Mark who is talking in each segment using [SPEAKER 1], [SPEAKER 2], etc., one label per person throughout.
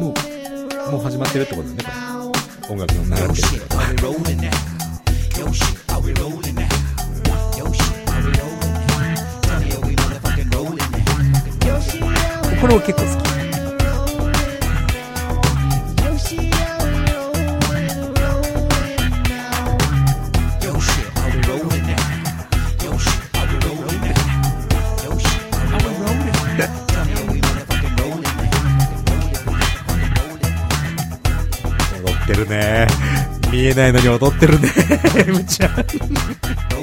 [SPEAKER 1] もうもう始まってるってことだねこれ音楽の流れてる
[SPEAKER 2] これを結構好き
[SPEAKER 1] 踊ってるね見えないのに踊ってる ね M ちゃん OK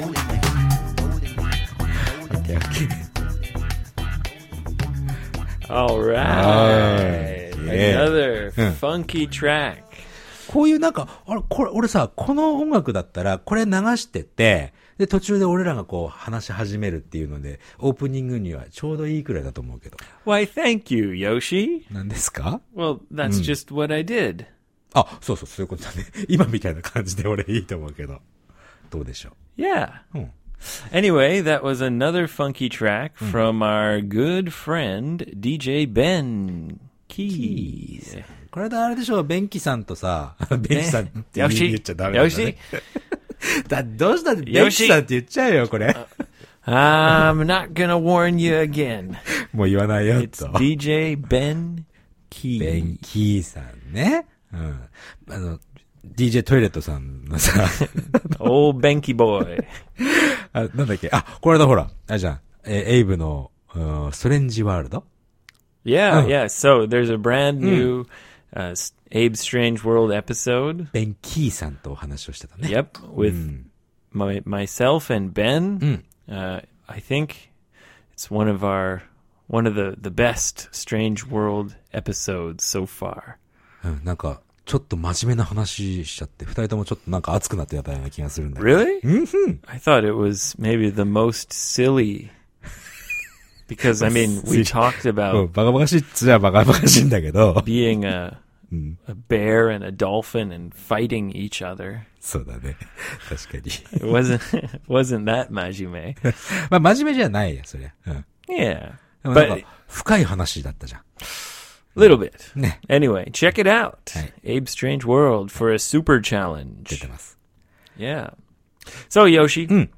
[SPEAKER 3] All right.
[SPEAKER 1] Alright, Ah, yeah.
[SPEAKER 3] Another
[SPEAKER 1] Huh.
[SPEAKER 3] funky track.
[SPEAKER 2] こういうなんか、あれ、これ、俺さ、この音楽だったら、これ流してて、で、途中で俺らがこう、話し始めるっていうので、オープニングにはちょうどいいくらいだと思うけど。
[SPEAKER 3] Why, thank you, Yoshi.
[SPEAKER 2] 何ですか
[SPEAKER 3] Well, that's
[SPEAKER 1] Hmm.
[SPEAKER 3] just what I did.
[SPEAKER 2] あ、そうそう、そういうことだね。今みたいな感じで俺いいと思うけど。どうでしょ
[SPEAKER 3] Yeah.
[SPEAKER 2] Hmm.
[SPEAKER 3] Anyway, that was another funky track
[SPEAKER 1] Hmm.
[SPEAKER 3] from our good friend DJ Ben Keys.
[SPEAKER 2] う。これであれでしょ、ベンキさんとさ、ベンキさんって言う
[SPEAKER 3] Yoshi,
[SPEAKER 2] 言っちゃダメなんだ、ね。
[SPEAKER 3] Yoshi,
[SPEAKER 2] だどうしたってベン
[SPEAKER 3] よし
[SPEAKER 2] キさんって言っちゃうよ、これ。
[SPEAKER 3] I'm not gonna warn you again.
[SPEAKER 2] もう言わないよ、
[SPEAKER 3] It's
[SPEAKER 2] と。
[SPEAKER 3] DJ Ben
[SPEAKER 2] ベ
[SPEAKER 3] Keys.
[SPEAKER 2] ンキーさんね。うん。あの、DJ トイレットさんのさ、
[SPEAKER 3] Old Benky boy.
[SPEAKER 2] あ、なんだっけあ、これだほら、あれじゃん。えーエイブの、うんストレンジワールド
[SPEAKER 3] Yeah,
[SPEAKER 2] Oh. Hmm.
[SPEAKER 3] yeah. So there's a brand new uh, S- Abe's Strange World episode.
[SPEAKER 2] ベンキーさんとお話をしてたね。
[SPEAKER 3] Yep, with
[SPEAKER 2] Hmm.
[SPEAKER 3] my myself and Ben. Uh, I think it's one of our one of the the best Strange World episodes so far.
[SPEAKER 2] うん、なんか、ちょっと真面目な話しちゃって、二人ともちょっとなんか熱くなってやったような気がするんだけど。
[SPEAKER 3] Really? I thought it was maybe the most silly. Because I mean, we
[SPEAKER 2] Silly. Oh.
[SPEAKER 3] talked
[SPEAKER 2] う
[SPEAKER 3] about
[SPEAKER 2] ん、バカバカしいっちゃバカバカしいんだけど。
[SPEAKER 3] being a
[SPEAKER 2] Hmm.
[SPEAKER 3] a bear and a dolphin and fighting each other.
[SPEAKER 2] そうだね。 確か
[SPEAKER 3] It wasn't wasn't that Majime.
[SPEAKER 2] に。まあ、真面目じゃないよ、そりゃ。うん。
[SPEAKER 3] Yeah.
[SPEAKER 2] でもなん
[SPEAKER 3] But-
[SPEAKER 2] か、深い話だったじゃん。
[SPEAKER 3] little bit.
[SPEAKER 2] Nah.
[SPEAKER 3] Anyway, check it out.
[SPEAKER 2] Right.
[SPEAKER 3] Abe's Strange World for a super
[SPEAKER 2] 出
[SPEAKER 3] challenge.
[SPEAKER 2] てます。
[SPEAKER 3] Yeah. So Yoshi,
[SPEAKER 2] Hmm.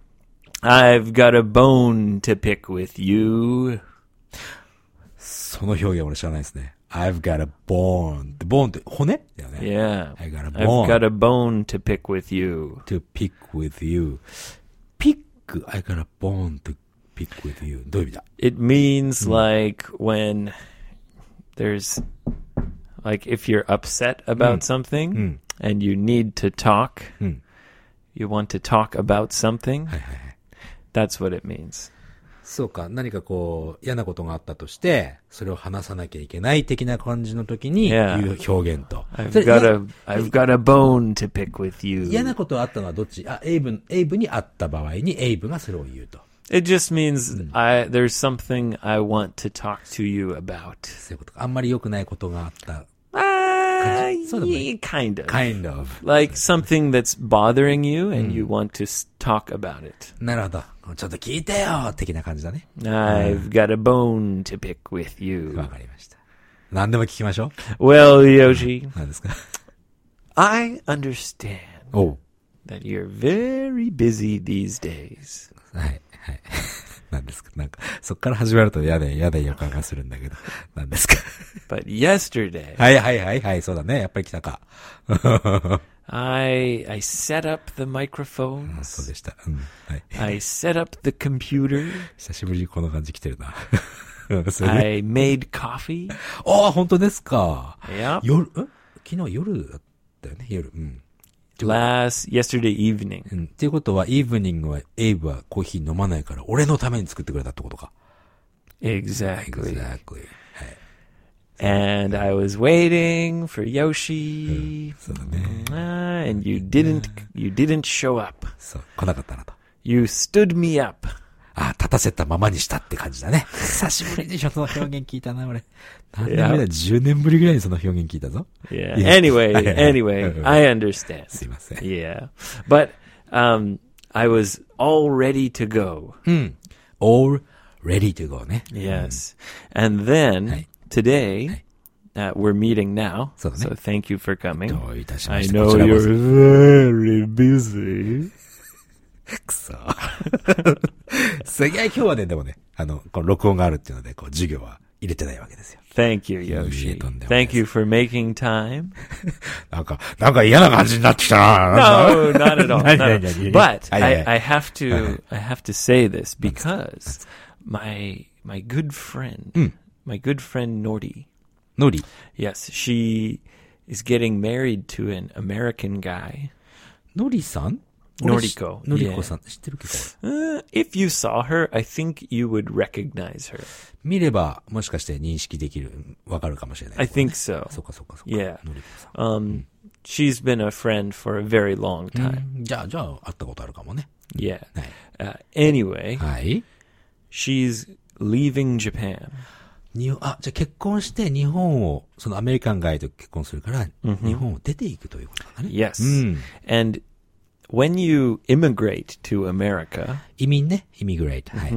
[SPEAKER 3] I've got a bone to pick with you.
[SPEAKER 2] その表現俺知らないですね。I've got a bone って、bone って骨だよね。
[SPEAKER 3] Yeah.
[SPEAKER 2] I got a
[SPEAKER 3] I've
[SPEAKER 2] bone.
[SPEAKER 3] got a bone to pick with you.
[SPEAKER 2] to pick with you. pick, I got a bone to pick with you. どういう意味だ
[SPEAKER 3] It
[SPEAKER 2] Hmm.
[SPEAKER 3] means like when there's like if you're upset about
[SPEAKER 2] Hmm.
[SPEAKER 3] something and you need to talk,
[SPEAKER 2] Mm.
[SPEAKER 3] you want to talk about something.
[SPEAKER 2] はいはいはい。
[SPEAKER 3] That's what it means.
[SPEAKER 2] そうか、何かこう、嫌なことがあったとして、それを話さなきゃいけない的な感じの時に、
[SPEAKER 3] Yeah.
[SPEAKER 2] 言う表現と。
[SPEAKER 3] I've
[SPEAKER 2] それ
[SPEAKER 3] got
[SPEAKER 2] 嫌
[SPEAKER 3] a I've got a bone to pick with
[SPEAKER 2] 嫌な
[SPEAKER 3] you.
[SPEAKER 2] ことあったのはどっちあ、エイブ、エイブにあった場合に、エイブがそれを言うと。
[SPEAKER 3] It just means I there's something I want to talk to you about.
[SPEAKER 2] そういうことか。あんまり良くないことがあった。
[SPEAKER 3] Ah,
[SPEAKER 2] sort of like-
[SPEAKER 3] yeah, kind of.
[SPEAKER 2] kind of.
[SPEAKER 3] Like something that's bothering you and you want to s- talk about it.
[SPEAKER 2] なるほど。ちょっと聞いてよ的な感じだね。
[SPEAKER 3] I've got a bone to pick with
[SPEAKER 2] わ
[SPEAKER 3] you.
[SPEAKER 2] かりました。何でも聞きましょう。
[SPEAKER 3] Well, Yoshi,
[SPEAKER 2] 何ですか
[SPEAKER 3] I understand
[SPEAKER 2] おう。
[SPEAKER 3] that you're very busy these days.
[SPEAKER 2] はい、 はい。なんですかなんか、そっから始まると嫌で、嫌で予感がするんだけど。なんですか
[SPEAKER 3] But yesterday,
[SPEAKER 2] はいはいはいはい、そうだね。やっぱり来たか。
[SPEAKER 3] I I set up
[SPEAKER 2] そ
[SPEAKER 3] the
[SPEAKER 2] う
[SPEAKER 3] microphones.
[SPEAKER 2] でした。うん。はい。
[SPEAKER 3] I set up the computer.
[SPEAKER 2] 久しぶりにこの感じ来てるな。 うんそれで、
[SPEAKER 3] I made coffee.
[SPEAKER 2] ああ、本当ですか。
[SPEAKER 3] Yep.
[SPEAKER 2] 夜、ん昨日夜だったよね、夜。うん。
[SPEAKER 3] Last yesterday
[SPEAKER 2] う
[SPEAKER 3] evening.
[SPEAKER 2] ん。っていうことは、イーブニングは、エイブはコーヒー飲まないから、俺のために作ってくれたってことか。
[SPEAKER 3] Exactly.
[SPEAKER 2] Exactly. はい。
[SPEAKER 3] And I was waiting for Yoshi.
[SPEAKER 2] そうだね。
[SPEAKER 3] Ah, and you didn't you didn't show up.
[SPEAKER 2] そう、来なかったなと。
[SPEAKER 3] You stood me up.
[SPEAKER 2] あ、立たせたままにしたって感じだね。 久しぶりでしょ、その表現聞いたな、俺。何年ぶりだ ?10 年ぶりぐらいにその表現聞いたぞ。
[SPEAKER 3] Yeah.
[SPEAKER 2] Yeah.
[SPEAKER 3] Anyway,
[SPEAKER 2] Yeah.
[SPEAKER 3] anyway,
[SPEAKER 2] Yeah.
[SPEAKER 3] I understand.
[SPEAKER 2] すいません。
[SPEAKER 3] Yeah. But um I was all ready to go.
[SPEAKER 2] all ready to go ね。
[SPEAKER 3] Yes. And then
[SPEAKER 2] Hey.
[SPEAKER 3] today, uh, we're meeting now.
[SPEAKER 2] So,
[SPEAKER 3] so
[SPEAKER 2] ne?
[SPEAKER 3] thank you for coming.
[SPEAKER 2] どういたしま
[SPEAKER 3] I
[SPEAKER 2] して、こ
[SPEAKER 3] know
[SPEAKER 2] ちらこ
[SPEAKER 3] you're
[SPEAKER 2] そ
[SPEAKER 3] very busy.
[SPEAKER 2] くそ。すげえ今日はね、でもね、あの、この録音があるっていうので、こう、授業は入れてないわけですよ。
[SPEAKER 3] Thank you,
[SPEAKER 2] Yeah,
[SPEAKER 3] Yoshi.
[SPEAKER 2] don't do
[SPEAKER 3] Thank
[SPEAKER 2] this.
[SPEAKER 3] you for making time.
[SPEAKER 2] なんか、なんか嫌な感じになってきたな
[SPEAKER 3] No, not at all. not at all. But
[SPEAKER 2] はいはい
[SPEAKER 3] I, I have to I have to say this because my my good friend, my good friend Nordi,
[SPEAKER 2] ノリ。
[SPEAKER 3] yes, she is getting married to an American guy.
[SPEAKER 2] ノリさん
[SPEAKER 3] ノリコ
[SPEAKER 2] 俺しノリコさん、知ってるけど。
[SPEAKER 3] Uh, if you saw her, I think you would recognize her.
[SPEAKER 2] 見れば、もしかして認識できる、わかるかもしれない。
[SPEAKER 3] I think so.
[SPEAKER 2] そうかそうかそうか。
[SPEAKER 3] Yeah.
[SPEAKER 2] ノリコさ
[SPEAKER 3] Um, she's been a friend for a very long time.
[SPEAKER 2] ん。じゃあ、じゃあ、会ったことあるかもね。
[SPEAKER 3] Yeah.
[SPEAKER 2] はい。
[SPEAKER 3] Uh, anyway,
[SPEAKER 2] はい。
[SPEAKER 3] she's leaving Japan.
[SPEAKER 2] にあ、じゃあ結婚して日本を、そのアメリカンガイと結婚するから、日本を出ていくということだね。
[SPEAKER 3] Yes.
[SPEAKER 2] うん。
[SPEAKER 3] Hmm. And when you immigrate to America,
[SPEAKER 2] 移民ね。イミグレート。はい。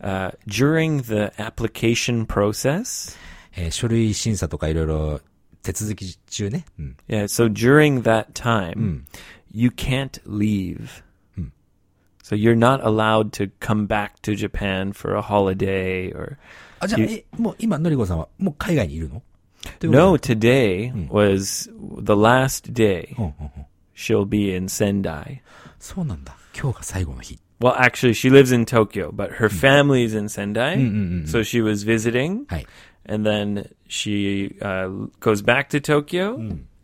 [SPEAKER 3] uh, during the application process,
[SPEAKER 2] えー書類審査とかいろいろ手続き中ね。うん。
[SPEAKER 3] yeah, so during that time, you can't leave. So you're not allowed to come back to Japan for a holiday or
[SPEAKER 2] あ、じゃあ、え、もう今、のりこさんはもう海外にいるの
[SPEAKER 3] No, today was the last day
[SPEAKER 2] うんうんうん。
[SPEAKER 3] she'll be in Sendai.
[SPEAKER 2] そうなんだ。今日が最後の日。
[SPEAKER 3] Well, actually, she lives in Tokyo, but her family is in Sendai. So she was visiting,
[SPEAKER 2] はい。
[SPEAKER 3] and then she uh, goes back to Tokyo,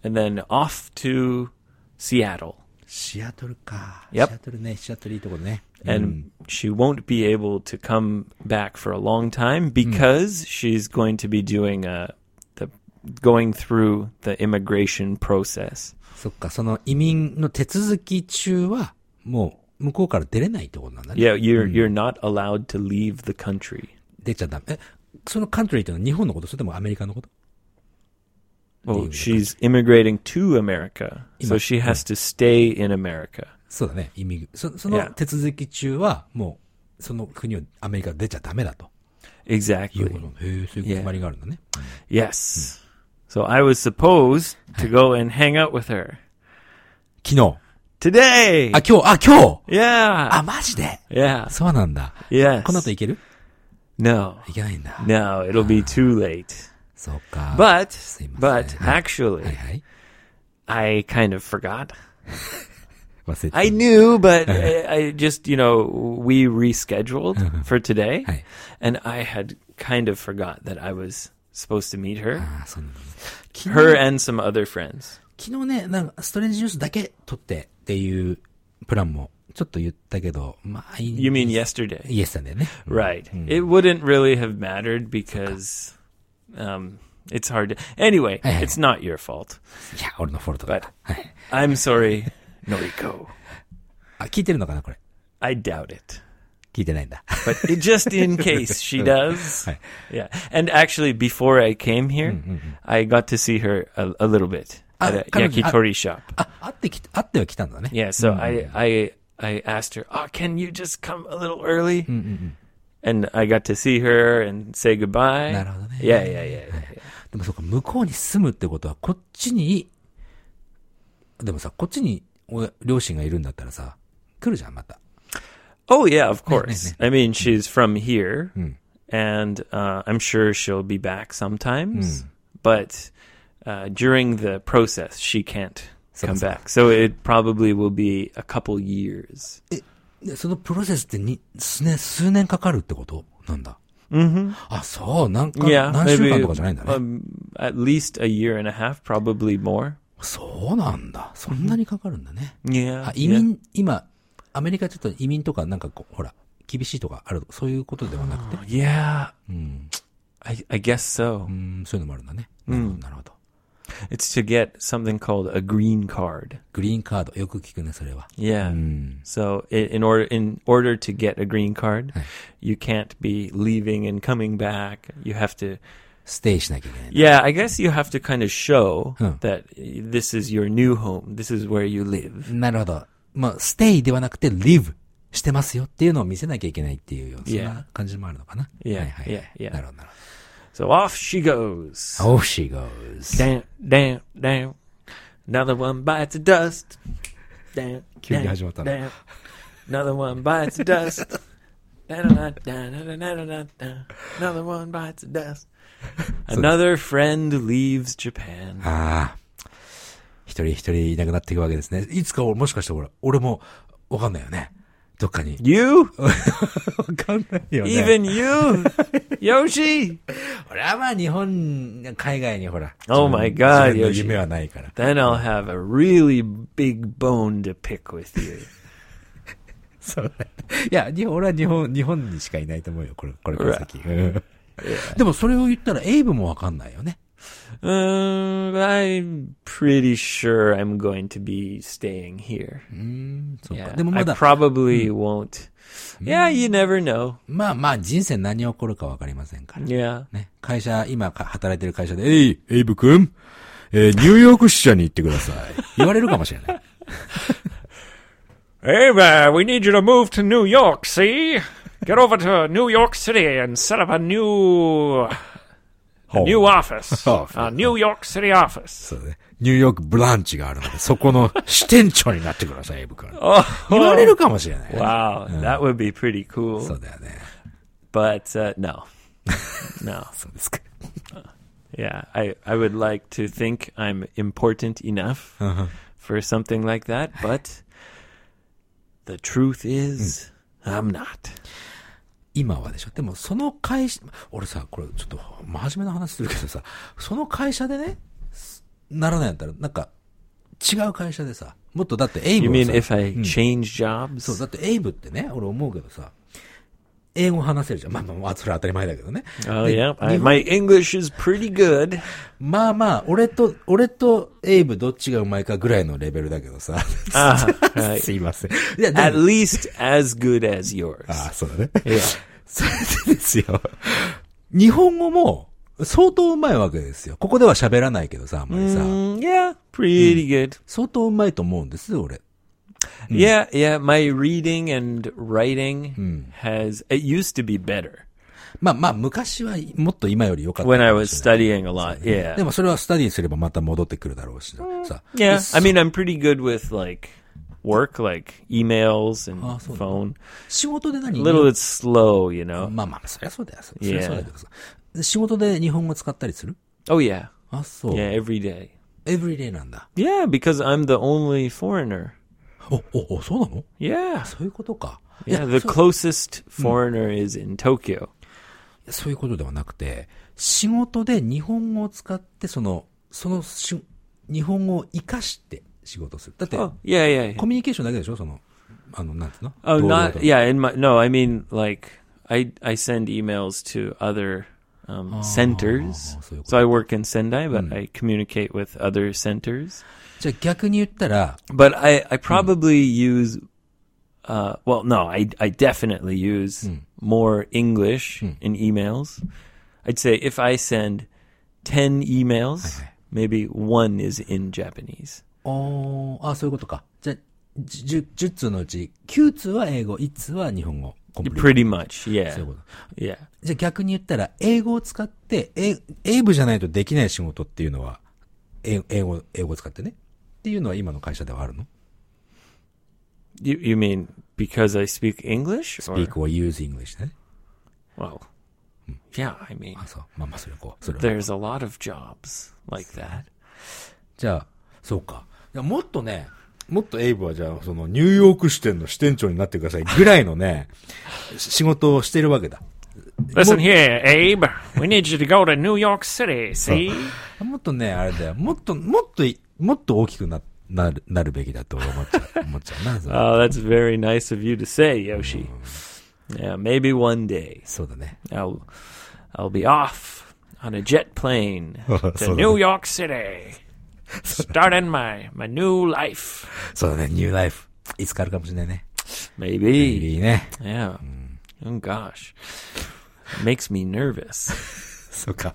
[SPEAKER 3] and then off to Seattle.
[SPEAKER 2] シアトルか。
[SPEAKER 3] Yep.
[SPEAKER 2] シアトルね、シアトルいいとこね。
[SPEAKER 3] And she won't be able to come back for a long time because she's going to be doing uh the going through the immigration process.
[SPEAKER 2] そっか、その移民の手続き中は、もう向こうから出れないってことなんだね。
[SPEAKER 3] Yeah, you're you're not allowed to leave the country.
[SPEAKER 2] 出ちゃダメ。え、そのカントリーってのは日本のことそれともアメリカのこと
[SPEAKER 3] Well, she's immigrating to America, so she has to stay in America.
[SPEAKER 2] そうだね。移民、そそ
[SPEAKER 3] Yeah.
[SPEAKER 2] の手続き中は、もう、その国をアメリカから出ちゃダメだと。いうこと
[SPEAKER 3] Exactly.
[SPEAKER 2] なのへえ、そういう決まりがあるんだね。
[SPEAKER 3] Yes. So I was supposed to go and hang out with her
[SPEAKER 2] 昨日。
[SPEAKER 3] today.
[SPEAKER 2] あ、今日、あ、今日
[SPEAKER 3] Yeah.
[SPEAKER 2] あ、マジで
[SPEAKER 3] Yeah.
[SPEAKER 2] そうなんだ。
[SPEAKER 3] Yes.
[SPEAKER 2] この後行ける
[SPEAKER 3] No.
[SPEAKER 2] 行けないんだ。
[SPEAKER 3] No, it'll be too late.
[SPEAKER 2] そうか。
[SPEAKER 3] But
[SPEAKER 2] すいません
[SPEAKER 3] but
[SPEAKER 2] はい
[SPEAKER 3] actually,
[SPEAKER 2] はいはい。
[SPEAKER 3] I kind of forgot.
[SPEAKER 2] 忘れてた
[SPEAKER 3] I knew, but I, I just, you know, we rescheduled for today.
[SPEAKER 2] Hi.
[SPEAKER 3] And I had kind of forgot that I was supposed to meet her,
[SPEAKER 2] あ、そうなんだ。昨
[SPEAKER 3] her
[SPEAKER 2] 日、
[SPEAKER 3] and some other friends.
[SPEAKER 2] 昨日ね、なんか、ストレンジニュースだけ撮ってっていうプランも、ちょっと言ったけど、まあ、いい。
[SPEAKER 3] You mean yesterday?
[SPEAKER 2] イエスだよね。
[SPEAKER 3] Right. It wouldn't really have mattered because um, it's hard to. Anyway,
[SPEAKER 2] Hey, hey.
[SPEAKER 3] it's not your fault.
[SPEAKER 2] いや、俺のフォルトだった。はい。
[SPEAKER 3] I'm sorry, Noriko.
[SPEAKER 2] あ、聞いてるのかな、これ。
[SPEAKER 3] I doubt it.
[SPEAKER 2] 聞いてないんだ。
[SPEAKER 3] But it, just in case she does.
[SPEAKER 2] Hi.
[SPEAKER 3] Yeah. And actually, before I came here, I got to see her a, a little bit
[SPEAKER 2] Ah,
[SPEAKER 3] at a
[SPEAKER 2] kind of-
[SPEAKER 3] yakitori shop.
[SPEAKER 2] あ、会ってき、会っては来たんだね。
[SPEAKER 3] Yeah, so I, I I asked her, "Oh, can you just come a little early?"
[SPEAKER 2] Mm.
[SPEAKER 3] And I got to see her and say goodbye.
[SPEAKER 2] なるほどね。
[SPEAKER 3] Yeah, yeah, yeah, yeah. yeah.
[SPEAKER 2] でもそうか、向こうに住むってことは、こっちに、でもさ、こっちに、お両親がいるんだったらさ、来るじゃん、また。
[SPEAKER 3] Oh, yeah, of course. I mean, she's from here, and uh, I'm sure she'll be back sometimes. But uh, during the process, she can't come
[SPEAKER 2] so-
[SPEAKER 3] back, so it probably will be a couple years.
[SPEAKER 2] でそのプロセスってに、数年、数年かかるってことなんだ。あ、そう、なんか、
[SPEAKER 3] Yeah,
[SPEAKER 2] 何週間とかじゃないんだね。
[SPEAKER 3] um, at least a year and a half, probably more.
[SPEAKER 2] そうなんだ。そんなにかかるんだね。
[SPEAKER 3] Yeah,
[SPEAKER 2] あ、移
[SPEAKER 3] yeah.
[SPEAKER 2] 民、今、アメリカちょっと移民とかなんかこう、ほら、厳しいとかあるとか、そういうことではなくて、
[SPEAKER 3] Yeah. I, I guess so.
[SPEAKER 2] うん、そういうのもあるんだね。なるほど、なるほど。
[SPEAKER 3] It's to get something called a green card.
[SPEAKER 2] グリーンカード、よく聞くね、それは。
[SPEAKER 3] Yeah. So in, in order in order to get a green card, you can't be leaving and coming back. You have to
[SPEAKER 2] ステイしなきゃいけないんだ。
[SPEAKER 3] Yeah, I guess you have to kind of show
[SPEAKER 2] Huh.
[SPEAKER 3] that this is your new home. This is where you live.
[SPEAKER 2] なるほど。まあ、ステイではなくて、live してますよっていうのを見せなきゃいけないっていうような、そん
[SPEAKER 3] Yeah.
[SPEAKER 2] な感じもあるのかな。はい
[SPEAKER 3] Yeah,
[SPEAKER 2] はいはい
[SPEAKER 3] yeah, yeah.
[SPEAKER 2] なるほどなる
[SPEAKER 3] So off she goes.
[SPEAKER 2] ほど。Off she goes.
[SPEAKER 3] Damn, damn, damn. Another one bites the dust. Damn,
[SPEAKER 1] 急に
[SPEAKER 3] damn,
[SPEAKER 1] 始まったな。
[SPEAKER 3] damn. Another one bites the dust. Da-da-da-da-da-da-da-da-da. Another one bites the dust. Another friend leaves Japan.
[SPEAKER 2] ああ。一人一人いなくなっていくわけですね。いつか俺、もしかして俺、俺も、わかんないよね。どっかに。
[SPEAKER 3] You?
[SPEAKER 2] わかんないよ
[SPEAKER 3] Even you? Yoshi?
[SPEAKER 2] 俺はまあ日本、海外にほら。
[SPEAKER 3] Oh my
[SPEAKER 2] 自分
[SPEAKER 3] god,
[SPEAKER 2] の
[SPEAKER 3] Yoshi.
[SPEAKER 2] 夢はないから。
[SPEAKER 3] Then I'll have a really big bone to pick with you.
[SPEAKER 2] そうだいや、日本、俺は日本、日本にしかいないと思うよ。これ、これから先。うんでもそれを言ったら、エイブもわかんないよね。
[SPEAKER 3] Um, I'm pretty sure I'm going to be staying here.
[SPEAKER 2] うん、そうか。
[SPEAKER 3] Yeah,
[SPEAKER 2] でもま
[SPEAKER 3] I
[SPEAKER 2] だ、
[SPEAKER 3] probably won't. Yeah, you never know.
[SPEAKER 2] まあまあ人生何起こるかわかりませんから。
[SPEAKER 3] Yeah.
[SPEAKER 2] ね。会社、今か働いてる会社で、えい、エイブ君、えーニューヨーク支社に行ってく ださい。言われるかもしれ ない。
[SPEAKER 4] Hey, uh, we need you to move to New York, see? Get over to New York City and set up a new a new office.
[SPEAKER 2] Oh,
[SPEAKER 4] a New York City office.
[SPEAKER 2] そうね。ニューヨークブランチがあるので、そこの支店長になってください、エイブ 君。
[SPEAKER 3] Oh,
[SPEAKER 2] 言われるかもしれない。
[SPEAKER 3] wow. That would be pretty
[SPEAKER 2] そ
[SPEAKER 3] cool.
[SPEAKER 2] うだよね。
[SPEAKER 3] But uh, no. No.
[SPEAKER 2] そうですか。
[SPEAKER 3] Yeah. I, I would like to think I'm important enough for something like that. But the truth is, I'm not.
[SPEAKER 2] 今はでしょ。でも、その会社、俺さ、これちょっと、真面目な話するけどさ、その会社でね、ならないんだったら、なんか、違う会社でさ、もっとだってエイ
[SPEAKER 3] You
[SPEAKER 2] ブは
[SPEAKER 3] mean
[SPEAKER 2] さ
[SPEAKER 3] if I change jobs?
[SPEAKER 2] そう、だってエイブってね、俺思うけどさ、英語話せるじゃん。まあまあまあ、それは当たり前だけどね。
[SPEAKER 3] Oh
[SPEAKER 2] で
[SPEAKER 3] yeah,
[SPEAKER 2] 日
[SPEAKER 3] I,
[SPEAKER 2] 本
[SPEAKER 3] my English is pretty good.
[SPEAKER 2] まあまあ、俺と、俺とエイブどっちがうまいかぐらいのレベルだけどさ。
[SPEAKER 3] Ah, right.
[SPEAKER 2] すいません。いや、で
[SPEAKER 3] At
[SPEAKER 2] も、
[SPEAKER 3] least as good as yours.
[SPEAKER 2] ああ、そうだね。
[SPEAKER 3] Yeah.
[SPEAKER 2] それでですよ。日本語も相当うまいわけですよ。ここでは喋らないけどさ、あんまりさ。
[SPEAKER 3] Mm, yeah, pretty good.
[SPEAKER 2] 相当うまいと思うんです、俺。
[SPEAKER 3] Yeah, yeah. My reading and writing has it used to be better
[SPEAKER 2] まあまあ、昔はもっと今より良かった
[SPEAKER 3] when
[SPEAKER 2] か
[SPEAKER 3] I
[SPEAKER 2] も
[SPEAKER 3] was
[SPEAKER 2] しれない。
[SPEAKER 3] studying a lot.
[SPEAKER 2] で
[SPEAKER 3] Yeah,
[SPEAKER 2] もそれはスタディすればまた戻ってくるだろうし、さ。
[SPEAKER 3] yeah. I mean, I'm pretty good with like work, like emails and
[SPEAKER 2] Ah, so-
[SPEAKER 3] phone.
[SPEAKER 2] 仕事で
[SPEAKER 3] A
[SPEAKER 2] 何
[SPEAKER 3] little it's slow, you know.
[SPEAKER 2] まあまあ、そりゃそうだよ。そそ
[SPEAKER 3] Yeah.
[SPEAKER 2] りゃそうだけどさ。で仕事で日本語使ったりする
[SPEAKER 3] Oh yeah,
[SPEAKER 2] あ、そう。
[SPEAKER 3] yeah. Every day.
[SPEAKER 2] エブリデイなんだ。
[SPEAKER 3] Yeah, because I'm the only foreigner.
[SPEAKER 2] お、お、お、そうなの
[SPEAKER 3] Yeah.
[SPEAKER 2] そういうことか。い
[SPEAKER 3] Yeah, Hmm. the
[SPEAKER 2] そ
[SPEAKER 3] closest foreigner is in Tokyo.
[SPEAKER 2] そういうことではなくて、仕事で日本語を使って、その、そのし、日本語を活かして仕事する。だって、
[SPEAKER 3] Oh, yeah, yeah. yeah.
[SPEAKER 2] コミュニケーションだけでしょその、あの、なんていうの
[SPEAKER 3] Oh,
[SPEAKER 2] 同僚
[SPEAKER 3] not
[SPEAKER 2] と
[SPEAKER 3] yeah. In my no, I mean like I I send emails to other um, centers.
[SPEAKER 2] oh, so you-
[SPEAKER 3] So Hmm. I work in Sendai, but I communicate with other centers.
[SPEAKER 2] じゃあ逆に言ったら、
[SPEAKER 3] But I
[SPEAKER 4] Hmm.
[SPEAKER 3] I probably use. Uh, well, no, I I definitely use
[SPEAKER 4] Hmm.
[SPEAKER 3] more English in emails. I'd say if I send ten emails, maybe one is in Japanese.
[SPEAKER 2] おーあ、そういうことか。じゃあ、じゅ 10, 通のうち、9通は英語、1通は日本語。コンプリート
[SPEAKER 3] Pretty much, yeah,
[SPEAKER 2] そういうこと。
[SPEAKER 3] yeah.
[SPEAKER 2] じゃあ逆に言ったら、英語を使って、英英語じゃないとできない仕事っていうのは、英英語、英語を使ってね。っていうのは今の会社ではあるの
[SPEAKER 3] You you mean because I speak English? or-
[SPEAKER 2] ?speak or use English ね。
[SPEAKER 3] Well,
[SPEAKER 4] hmm.
[SPEAKER 3] yeah, I mean,
[SPEAKER 2] あ、そう。まあまあ、それはこう。それは。
[SPEAKER 3] there's a lot of jobs like that.
[SPEAKER 2] じゃあ、そうか。いやもっとね、もっとエイブはじゃあ、その、ニューヨーク支店の支店長になってくださいぐらいの ね、仕事をしてるわけだ。
[SPEAKER 4] Listen here, Abe. We need you to go to New York City, see?
[SPEAKER 2] もっとね、あれだよ。もっと、もっとい、もっと大きくな、なる、なるべきだと思っちゃう、思っちゃうな。そ れ
[SPEAKER 3] Oh, that's very nice of you to say, Yoshi. Yeah, maybe one day
[SPEAKER 2] そうだね。
[SPEAKER 3] I'll I'll be off on a jet plane.
[SPEAKER 4] To New York City. Starting my, my new life.
[SPEAKER 2] そうだね、ニューライフ。いつかあるかもしれないね。
[SPEAKER 3] Maybe.
[SPEAKER 2] いいね。
[SPEAKER 3] Yeah. Oh gosh. Makes me nervous.
[SPEAKER 2] そうか。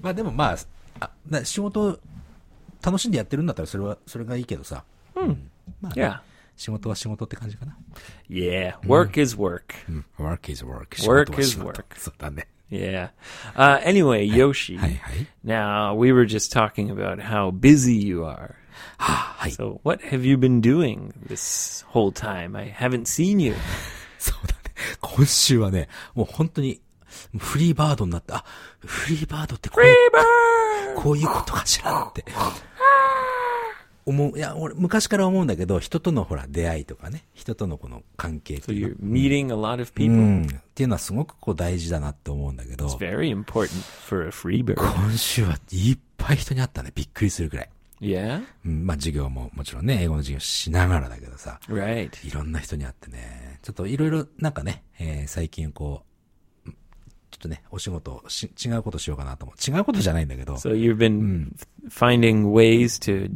[SPEAKER 2] まあでもまあ、あな仕事を楽しんでやってるんだったらそれは、それがいいけどさ。
[SPEAKER 3] Yeah.
[SPEAKER 2] 仕事は仕事って感じかな。
[SPEAKER 3] Yeah. Work is work.
[SPEAKER 2] うん。work is work.
[SPEAKER 3] Work
[SPEAKER 2] 仕事は仕
[SPEAKER 3] is
[SPEAKER 2] 事
[SPEAKER 3] work.
[SPEAKER 2] そうだね。
[SPEAKER 3] Yeah. Uh, anyway, Yoshi.
[SPEAKER 2] はいはい。
[SPEAKER 3] Now we were just talking about how busy you are.
[SPEAKER 2] はい。
[SPEAKER 3] So what have you been doing this whole time? I haven't seen you.
[SPEAKER 2] そうだね。今週はね、もう本当に、フリーバードになって、あ、フリーバードってこうこういうことかしらって。思う、いや、俺、昔から思うんだけど、人とのほら、出会いとかね、人とのこの関係って
[SPEAKER 3] So
[SPEAKER 2] いうの
[SPEAKER 3] you're meeting a lot of
[SPEAKER 2] う
[SPEAKER 3] people.
[SPEAKER 2] ん、っていうのはすごくこう大事だなって思うんだけど、
[SPEAKER 3] Very important for a free bird.
[SPEAKER 2] 今週はいっぱい人に会ったね。びっくりするくらい。
[SPEAKER 3] Yeah.
[SPEAKER 2] うん、まあ授業ももちろんね、英語の授業しながらだけどさ、
[SPEAKER 3] Right.
[SPEAKER 2] いろんな人に会ってね、ちょっといろいろなんかね、えー最近こう、ちょっとね、お仕事をし、違うことしようかなと思う。違うことじゃないんだけど、
[SPEAKER 3] So you've been f- finding ways to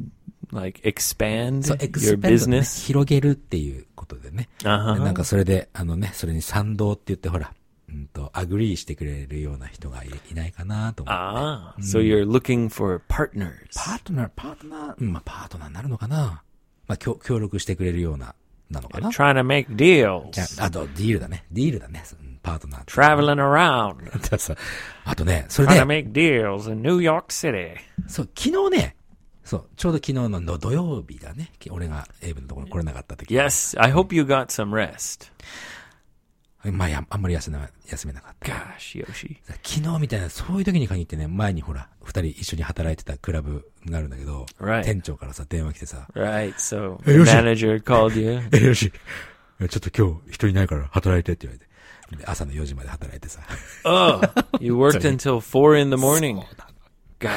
[SPEAKER 3] like expand
[SPEAKER 2] そう、エク
[SPEAKER 3] your
[SPEAKER 2] スペンド、ね、
[SPEAKER 3] business. Uh-huh.
[SPEAKER 2] 広げるっていうことでね。
[SPEAKER 3] あは
[SPEAKER 2] でなんかそれで、あのね、それに賛同って言ってほら、うんと、アグリーしてくれるような人がいいないかなと思って。
[SPEAKER 3] Ah, so you're looking for partners.
[SPEAKER 2] パートナー、パートナー、うん、まあパートナーになるのかなまあ協協力してくれるような、なのかな
[SPEAKER 3] Trying to make deals.
[SPEAKER 2] じゃあ、あと、ディールだね。ディールだね。うんパートナー。
[SPEAKER 3] Traveling around.
[SPEAKER 2] だからさあとね、それ
[SPEAKER 4] Trying to
[SPEAKER 2] で、
[SPEAKER 4] make deals in New York City.
[SPEAKER 2] そう、昨日ね、そう、ちょうど昨日のの土曜日だね。き俺がエイブのところに来れなかった時。
[SPEAKER 3] Yes, I hope you got some rest.
[SPEAKER 2] まあ、やあんまり休めな休めなかった。
[SPEAKER 3] Gosh, Yoshi.
[SPEAKER 2] 昨日みたいな、そういう時に限ってね、前にほら、二人一緒に働いてたクラブがあるんだけど、
[SPEAKER 3] Right.
[SPEAKER 2] 店長からさ、電話来てさ、
[SPEAKER 3] Right, so
[SPEAKER 2] Hey,
[SPEAKER 3] the
[SPEAKER 2] Yoshi.
[SPEAKER 3] manager called you.
[SPEAKER 2] え、よし、ちょっと今日人いないから働いてって言われて、で朝の4時まで働いてさ、
[SPEAKER 3] Oh, you worked until four in the morning. Gosh.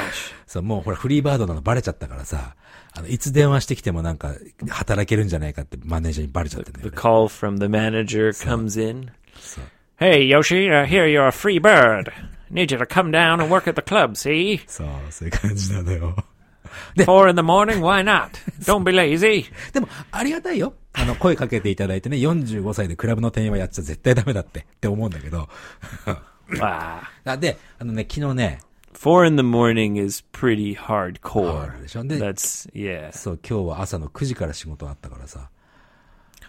[SPEAKER 2] そう、もうほら、フリーバードなのバレちゃったからさ、あの、いつ電話してきてもなんか、働けるんじゃないかってマネージャーにバレちゃってんだ
[SPEAKER 3] The
[SPEAKER 2] よね。
[SPEAKER 3] call from the manager comes in.
[SPEAKER 4] Hey, Yoshi, I hear you're a free bird. Need you to come down and work at the club, see?
[SPEAKER 2] そう、そういう感じなのよ。
[SPEAKER 4] Four in the morning, why not? Don't be lazy.
[SPEAKER 2] でも、ありがたいよ。あの、声かけていただいてね、45歳でクラブの店員はやっちゃ絶対ダメだって、って思うんだけど。
[SPEAKER 3] Wow.
[SPEAKER 2] あで、あのね、昨日ね、
[SPEAKER 3] Ah, Four in the morning is pretty hardcore.
[SPEAKER 2] Hard でしょで
[SPEAKER 3] That's, yeah.
[SPEAKER 2] そう、今日は朝の9時から仕事あったからさ、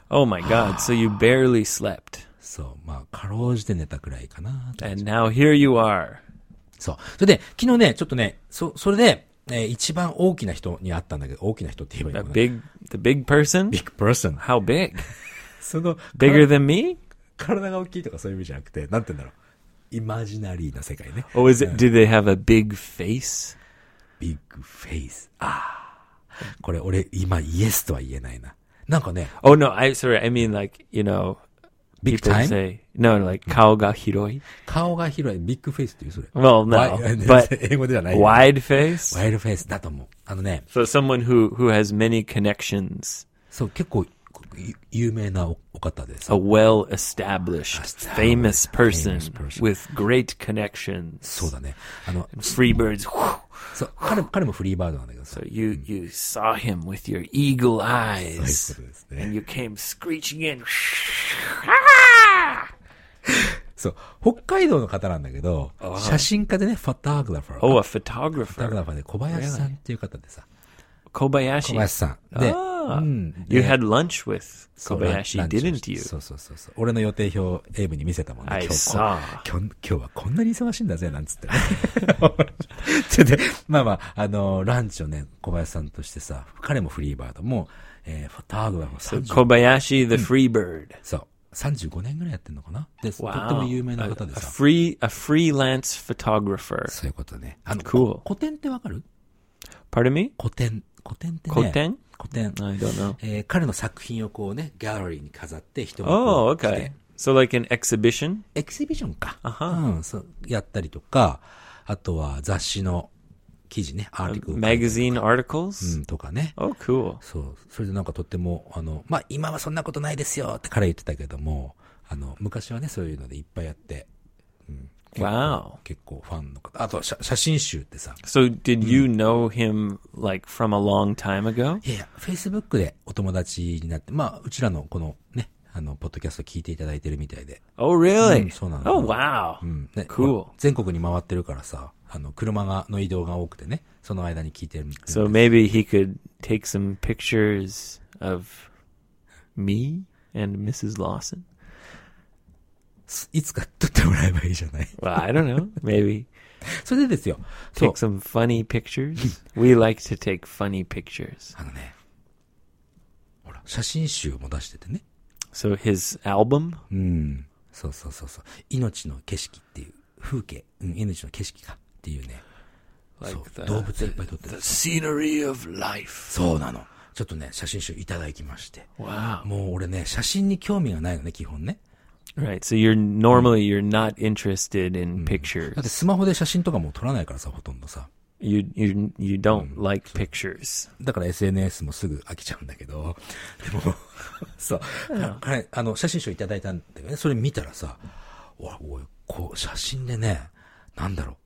[SPEAKER 3] Oh my God. So you barely slept.
[SPEAKER 2] そう、まあ、かろうじて寝たくらいかな。
[SPEAKER 3] And now here you are.
[SPEAKER 2] そう。それで、昨日ね、ちょっとね、そ、それで、えー一番大きな人に会ったんだけど、大きな人って言えばい
[SPEAKER 3] The
[SPEAKER 2] いのかな。
[SPEAKER 3] big, the big person?
[SPEAKER 2] ビッグパーソン。
[SPEAKER 3] How big?
[SPEAKER 2] その、
[SPEAKER 3] Bigger than me?
[SPEAKER 2] 体が大きいとかそういう意味じゃなくて、なんて言うんだろう。イマジナリーな世界ね。
[SPEAKER 3] Oh, is it? Do they have a big face?
[SPEAKER 2] ビッグフェイス。ああ。これ俺今イエスとは言えないな。なんかね、
[SPEAKER 3] Oh no, I sorry. I mean like you know,
[SPEAKER 2] ビッグ
[SPEAKER 3] people
[SPEAKER 2] タイム
[SPEAKER 3] say no, like kao ga hiroi.
[SPEAKER 2] 顔が広い。ビッグフェイスっていうそれ。
[SPEAKER 3] Well, no,
[SPEAKER 2] ワ イ
[SPEAKER 3] but
[SPEAKER 2] 英語ではない。ワイ
[SPEAKER 3] wide face.
[SPEAKER 2] ルドフェイスだと思う。あのね、
[SPEAKER 3] So someone who who has many connections,
[SPEAKER 2] そう、結構、ゆ有名なおお方でさ
[SPEAKER 3] a well established,
[SPEAKER 2] Established,
[SPEAKER 3] famous person
[SPEAKER 2] famous person.
[SPEAKER 3] with great connections.
[SPEAKER 2] そうだね。あの、
[SPEAKER 3] Free birds. whew.
[SPEAKER 2] そう、彼も、彼もフリーバードなんだけどさ
[SPEAKER 3] So。you you saw him with your eagle
[SPEAKER 2] そういう
[SPEAKER 3] eyes,
[SPEAKER 2] ことですね
[SPEAKER 3] and you came screeching in.
[SPEAKER 2] そう、北海道の方なんだけど、写真家でね、ファタグラファー。フ
[SPEAKER 3] Oh, a
[SPEAKER 2] ォトグ
[SPEAKER 3] photographer,
[SPEAKER 2] ラファーで小林さんっていう方でさ、小
[SPEAKER 3] Kobayashi.
[SPEAKER 2] 林さん。で、
[SPEAKER 3] Ah,
[SPEAKER 2] うん。
[SPEAKER 3] you had lunch with
[SPEAKER 2] そうランラ
[SPEAKER 3] Kobayashi,
[SPEAKER 2] ンチを
[SPEAKER 3] didn't
[SPEAKER 2] して
[SPEAKER 3] you?
[SPEAKER 2] そうそうそうそう。俺の予定表をエイブに見せたもんね。
[SPEAKER 3] I
[SPEAKER 2] 今日こ
[SPEAKER 3] saw.
[SPEAKER 2] 今日今日はこんなに忙しいんだぜ、なんつってね。 ちょっとねまあまあ、あのランチをね、小林さんとしてさ、彼もフリーバードも、えーフォトグラファー30
[SPEAKER 3] Kobayashi the free bird.
[SPEAKER 2] そう、35年ぐらいやってんのかなで、とって
[SPEAKER 3] Wow.
[SPEAKER 2] も有名
[SPEAKER 3] A,
[SPEAKER 2] な方で
[SPEAKER 3] a
[SPEAKER 2] さ。
[SPEAKER 3] free a freelance photographer.
[SPEAKER 2] そういうことね。あの、
[SPEAKER 3] Cool.
[SPEAKER 2] こ古典ってわかる
[SPEAKER 3] Pardon me?
[SPEAKER 2] 古典。古典ってね。
[SPEAKER 3] Koten?
[SPEAKER 2] 古典。
[SPEAKER 3] I don't know.
[SPEAKER 2] えー彼の作品をこうね、ギャラリーに飾って人がこ
[SPEAKER 3] Oh,
[SPEAKER 2] う来て
[SPEAKER 3] okay. So like an exhibition?
[SPEAKER 2] エキシビションか。うん、そう、やったりとか、あとは雑誌の記事ね、アーティクル。
[SPEAKER 3] Magazine
[SPEAKER 2] う
[SPEAKER 3] articles?
[SPEAKER 2] ん、とかね。
[SPEAKER 3] Oh, cool.
[SPEAKER 2] そう、それでなんかとっても、あの、まあ、今はそんなことないですよって彼言ってたけども、あの、昔はね、そういうのでいっぱいやって、
[SPEAKER 3] Wow.
[SPEAKER 2] 結構ファンの方、あと写写真集ってさ、
[SPEAKER 3] So did you know him like from a long time ago?
[SPEAKER 2] いやいや、Facebook でお友達になって、まあ、うちらのこのね、あの、ポッドキャスト聞いていただいてるみたいで、
[SPEAKER 3] Oh, really?
[SPEAKER 2] うん、そうなの。
[SPEAKER 3] Oh, wow.
[SPEAKER 2] うんね、
[SPEAKER 3] Cool.
[SPEAKER 2] 全国に回ってるからさ、あの、車が、の移動が多くてね、その間に聞いてる。
[SPEAKER 3] So maybe he could take some pictures of me and Mrs. Lawson?
[SPEAKER 2] すいつか撮ってもらえばいいじゃない。
[SPEAKER 3] Well, I don't know. Maybe
[SPEAKER 2] それでですよ。そう
[SPEAKER 3] take。some funny pictures. we like to take funny pictures.
[SPEAKER 2] あのね、ほら、写真集も出しててね。
[SPEAKER 3] So his album,
[SPEAKER 2] うん。そうそうそうそう。命の景色っていう、風景。うん、命の景色か。っていうね。そう
[SPEAKER 3] like、
[SPEAKER 2] 動
[SPEAKER 3] the,
[SPEAKER 2] 物がいっぱい撮ってる
[SPEAKER 3] the。scenery of life.
[SPEAKER 2] そうなの。ちょっとね、写真集いただきまして。
[SPEAKER 3] Wow.
[SPEAKER 2] もう俺ね、写真に興味がないのね、基本ね。
[SPEAKER 3] Right. So you're normally you're not interested in pictures.
[SPEAKER 2] だってスマホで写真とかもう撮らないからさ、ほとんどさ。
[SPEAKER 3] You you you don't like pictures.
[SPEAKER 2] だから SNS もすぐ飽きちゃうんだけど、でも、 そう、はい、あの、写真集いただいたんだけどね、それ見たらさ、おい、おい、こう、写真でね、なんだろ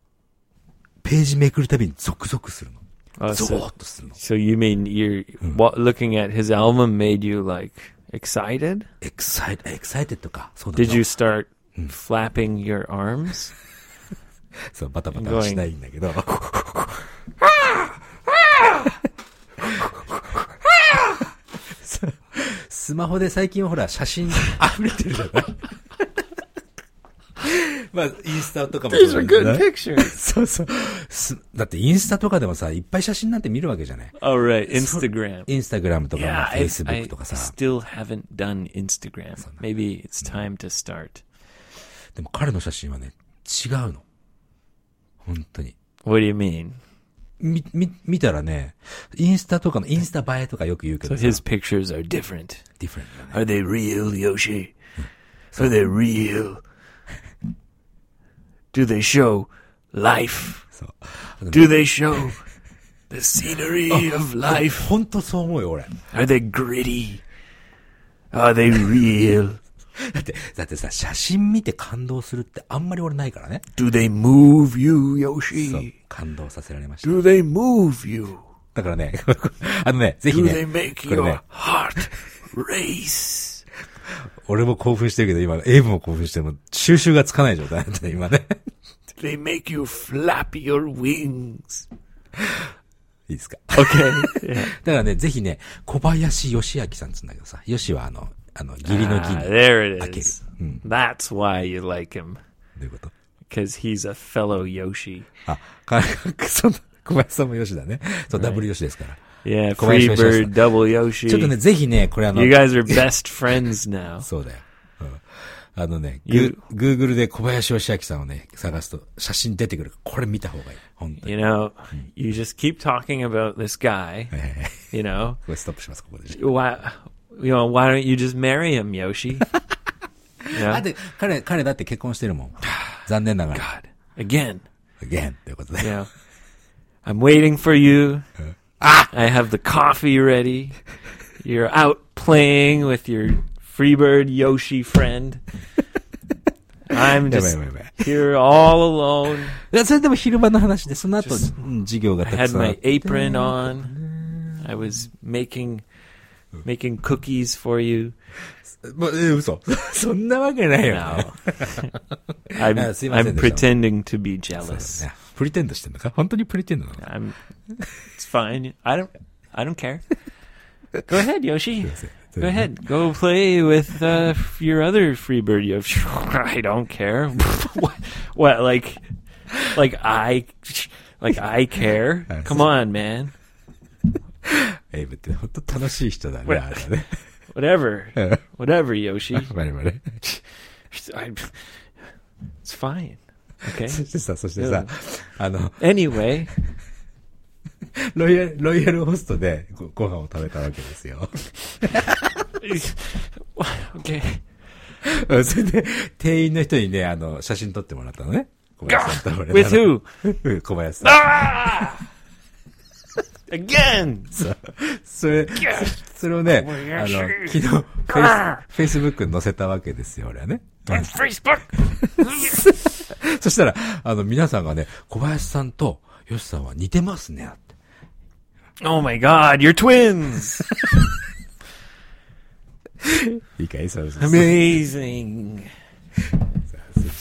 [SPEAKER 2] う、ページめくるたびにゾクゾクする
[SPEAKER 3] あ
[SPEAKER 2] の。ゾ
[SPEAKER 3] そう
[SPEAKER 2] ーっとするの。
[SPEAKER 3] Oh, So you mean you're what looking at his album made you like excited?
[SPEAKER 2] エクサイト、エクサイテッドか。そうだ
[SPEAKER 3] Did
[SPEAKER 2] そう
[SPEAKER 3] you start flapping your arms?
[SPEAKER 2] そう、バタバタはしないんだけど。そうスマホで最近はほら、写 真溢れてるじゃない まあ、インスタとかもそうだけどね
[SPEAKER 3] pictures.
[SPEAKER 2] そうそうす。だってインスタとかでもさ、いっぱい写真なんて見るわけじゃない
[SPEAKER 3] Oh right, Instagram.
[SPEAKER 2] インスタグラムとか、まあ
[SPEAKER 3] I, I
[SPEAKER 2] Facebook とかさ。
[SPEAKER 3] still haven't done Instagram. Maybe it's time to start.
[SPEAKER 2] でも彼の写真はね、違うの。本当に。
[SPEAKER 3] What do you mean?
[SPEAKER 2] み、み、見たらね、インスタとかの、インスタ映えとかよく言うけ
[SPEAKER 3] So
[SPEAKER 2] どさ、
[SPEAKER 3] his pictures are different.
[SPEAKER 2] different だね
[SPEAKER 3] Are they real, Yoshi? Are they real? Do they show life?
[SPEAKER 2] そう。
[SPEAKER 3] Do they show the scenery of life?
[SPEAKER 2] 本当そう思うよ、俺。
[SPEAKER 3] Are they gritty? Are they real?
[SPEAKER 2] だって、だってさ、写真見て感動するってあんまり俺ないからね。
[SPEAKER 3] Do they move you,
[SPEAKER 2] そう
[SPEAKER 3] Yoshi?。
[SPEAKER 2] 感動させられました。
[SPEAKER 3] Do they move you?
[SPEAKER 2] だからね、 あのね、ぜひ
[SPEAKER 3] Do they
[SPEAKER 2] ね、
[SPEAKER 3] make
[SPEAKER 2] これ
[SPEAKER 3] your
[SPEAKER 2] ね、
[SPEAKER 3] heart race?
[SPEAKER 2] 俺も興奮してるけど、今、エイブも興奮しても、収集がつかない状態なんだね、今ね。
[SPEAKER 3] Do they make you flap your wings?
[SPEAKER 2] いいですか。
[SPEAKER 3] Okay. Yeah.
[SPEAKER 2] だからね、ぜひね、小林義明さんっつうんだけどさ、義はあの、あの、義理の義
[SPEAKER 3] Ah,
[SPEAKER 2] に。ど
[SPEAKER 3] there it
[SPEAKER 2] Akiri.
[SPEAKER 3] is. That's why you like him.
[SPEAKER 2] ういうこと
[SPEAKER 3] because he's a fellow Yoshi.
[SPEAKER 2] あ、か、その小林さんも義だね。そう、ダブル義ですから。
[SPEAKER 3] Yeah,
[SPEAKER 2] Kobayashi Yoshi.
[SPEAKER 3] Freebird, double Yoshi.
[SPEAKER 2] ちょっとね、ぜひね、これあの、
[SPEAKER 3] you guys are best friends now.
[SPEAKER 2] そうだよ。うんあのね、
[SPEAKER 3] You-
[SPEAKER 2] グーグルで小林義明さんをね、探すと写真出てくるから、これ見た方がいい。本当に。
[SPEAKER 3] You know,
[SPEAKER 2] Hmm.
[SPEAKER 3] you just keep talking about this guy.
[SPEAKER 2] ええ
[SPEAKER 3] You know,
[SPEAKER 2] これストップします、ここで。
[SPEAKER 3] why? You know, why don't you just marry him, Yoshi? You
[SPEAKER 2] だ
[SPEAKER 3] know?
[SPEAKER 2] って、彼、彼だって結婚してるもん。残念ながら。
[SPEAKER 3] God, again.
[SPEAKER 2] again ということで。
[SPEAKER 3] You know, I'm waiting for you. I have the coffee ready. You're out playing with your Freebird Yoshi friend. I'm
[SPEAKER 2] やばい
[SPEAKER 3] just
[SPEAKER 2] やばいやばい。
[SPEAKER 3] here all alone.
[SPEAKER 2] いやそれでも昼間の話で、その後、うん授業が
[SPEAKER 3] I
[SPEAKER 2] たく
[SPEAKER 3] had
[SPEAKER 2] さんあっ
[SPEAKER 3] my
[SPEAKER 2] て。
[SPEAKER 3] apron on. I was making making cookies for you.
[SPEAKER 2] まえ嘘。 そんなわけないよ、ね。
[SPEAKER 3] No. I'm,
[SPEAKER 2] Ah, すいませんでした。
[SPEAKER 3] I'm pretending to be
[SPEAKER 2] そう
[SPEAKER 3] jealous.
[SPEAKER 2] だねプリテンドしてんのか本当にプリテンドなの
[SPEAKER 3] I'm it's fine. I don't I don't care. Go ahead,
[SPEAKER 2] す
[SPEAKER 3] Yoshi.
[SPEAKER 2] いません
[SPEAKER 3] Go ahead. Go play with uh, your other freebird Yoshi. I don't care. what, what like like I like I care?
[SPEAKER 2] Ah,
[SPEAKER 3] Come on, man.
[SPEAKER 2] エイブって本当楽しい人だね、
[SPEAKER 3] Well-
[SPEAKER 2] あれね。
[SPEAKER 3] Whatever.
[SPEAKER 2] うん
[SPEAKER 3] Whatever, Yoshi.
[SPEAKER 2] 我々。
[SPEAKER 3] I, it's fine. Okay.
[SPEAKER 2] そしてさ、そしてさ、あの、
[SPEAKER 3] Anyway,
[SPEAKER 2] ロイヤル、ロイヤルホストでごご飯を食べたわけですよ。
[SPEAKER 3] okay.
[SPEAKER 2] うんそれで、店員の人にね、あの、写真撮ってもらったのね。小林さんと俺
[SPEAKER 3] With who?
[SPEAKER 2] うん小林さん。
[SPEAKER 3] Again.
[SPEAKER 2] それ、それをね、あの、
[SPEAKER 4] 林
[SPEAKER 2] 昨日、フェイス、フェイスブックに載せたわけですよ、俺はね。
[SPEAKER 4] Facebook.
[SPEAKER 2] そしたら、あの、皆さんがね、小林さんと、ヨシさんは似てますね、って。
[SPEAKER 3] Oh my God, you're twins.
[SPEAKER 2] いいかいそうそうそう
[SPEAKER 3] Amazing.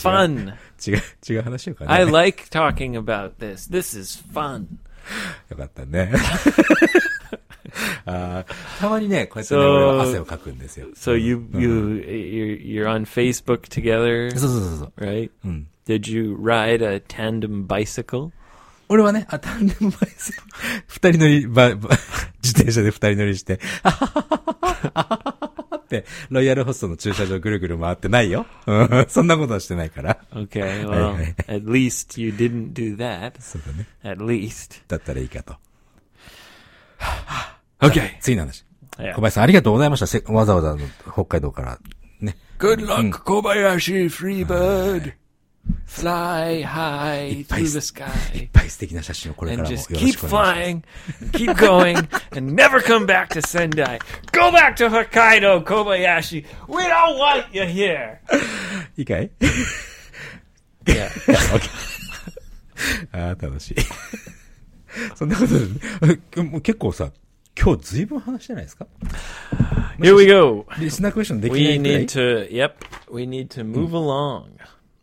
[SPEAKER 3] Fun.
[SPEAKER 2] 違う、違う話よか
[SPEAKER 3] I
[SPEAKER 2] ね。
[SPEAKER 3] like talking about this. This is fun.
[SPEAKER 2] よかったね。あーたまにね、こうやってね、俺は汗をかくんですよ。
[SPEAKER 3] So you you you're, you're on Facebook together,
[SPEAKER 2] そうそうそうそう。
[SPEAKER 3] right? Did you ride a tandem bicycle?
[SPEAKER 2] 俺はね、あ、タンデムバイス、二人乗り、ば、ば、自転車で二人乗りして、あはははははははって、ロイヤルホストの駐車場ぐるぐる回ってないよ。うんそんなことはしてないから。
[SPEAKER 3] Okay, well, at least you didn't do that.
[SPEAKER 2] そうだね。
[SPEAKER 3] At least.
[SPEAKER 2] だったらいいかと。
[SPEAKER 3] Okay.
[SPEAKER 2] 次の話。
[SPEAKER 3] Yeah.
[SPEAKER 2] 小林さんありがとうございましたせ。わざわざあの北海道から。ね。
[SPEAKER 4] Good luck, Kobayashi Freebird. Fly high through the
[SPEAKER 2] いっ
[SPEAKER 4] sky.
[SPEAKER 2] ぱい素敵な写真をこれか
[SPEAKER 3] And
[SPEAKER 2] らもよろしく
[SPEAKER 3] just
[SPEAKER 2] お願い
[SPEAKER 3] keep
[SPEAKER 2] します。
[SPEAKER 3] flying, keep going, and never come back to Sendai. Go back to Hokkaido, Kobayashi. We don't want you here.
[SPEAKER 2] いいかい
[SPEAKER 3] Yeah.
[SPEAKER 2] ああ、楽しい。 そんなことで、もう結構さ、今日ずいぶん話してないですか
[SPEAKER 3] Here we go.
[SPEAKER 2] リスナークエスチョンできな
[SPEAKER 3] We
[SPEAKER 2] いくらい
[SPEAKER 3] need to. Yep. We need to move along.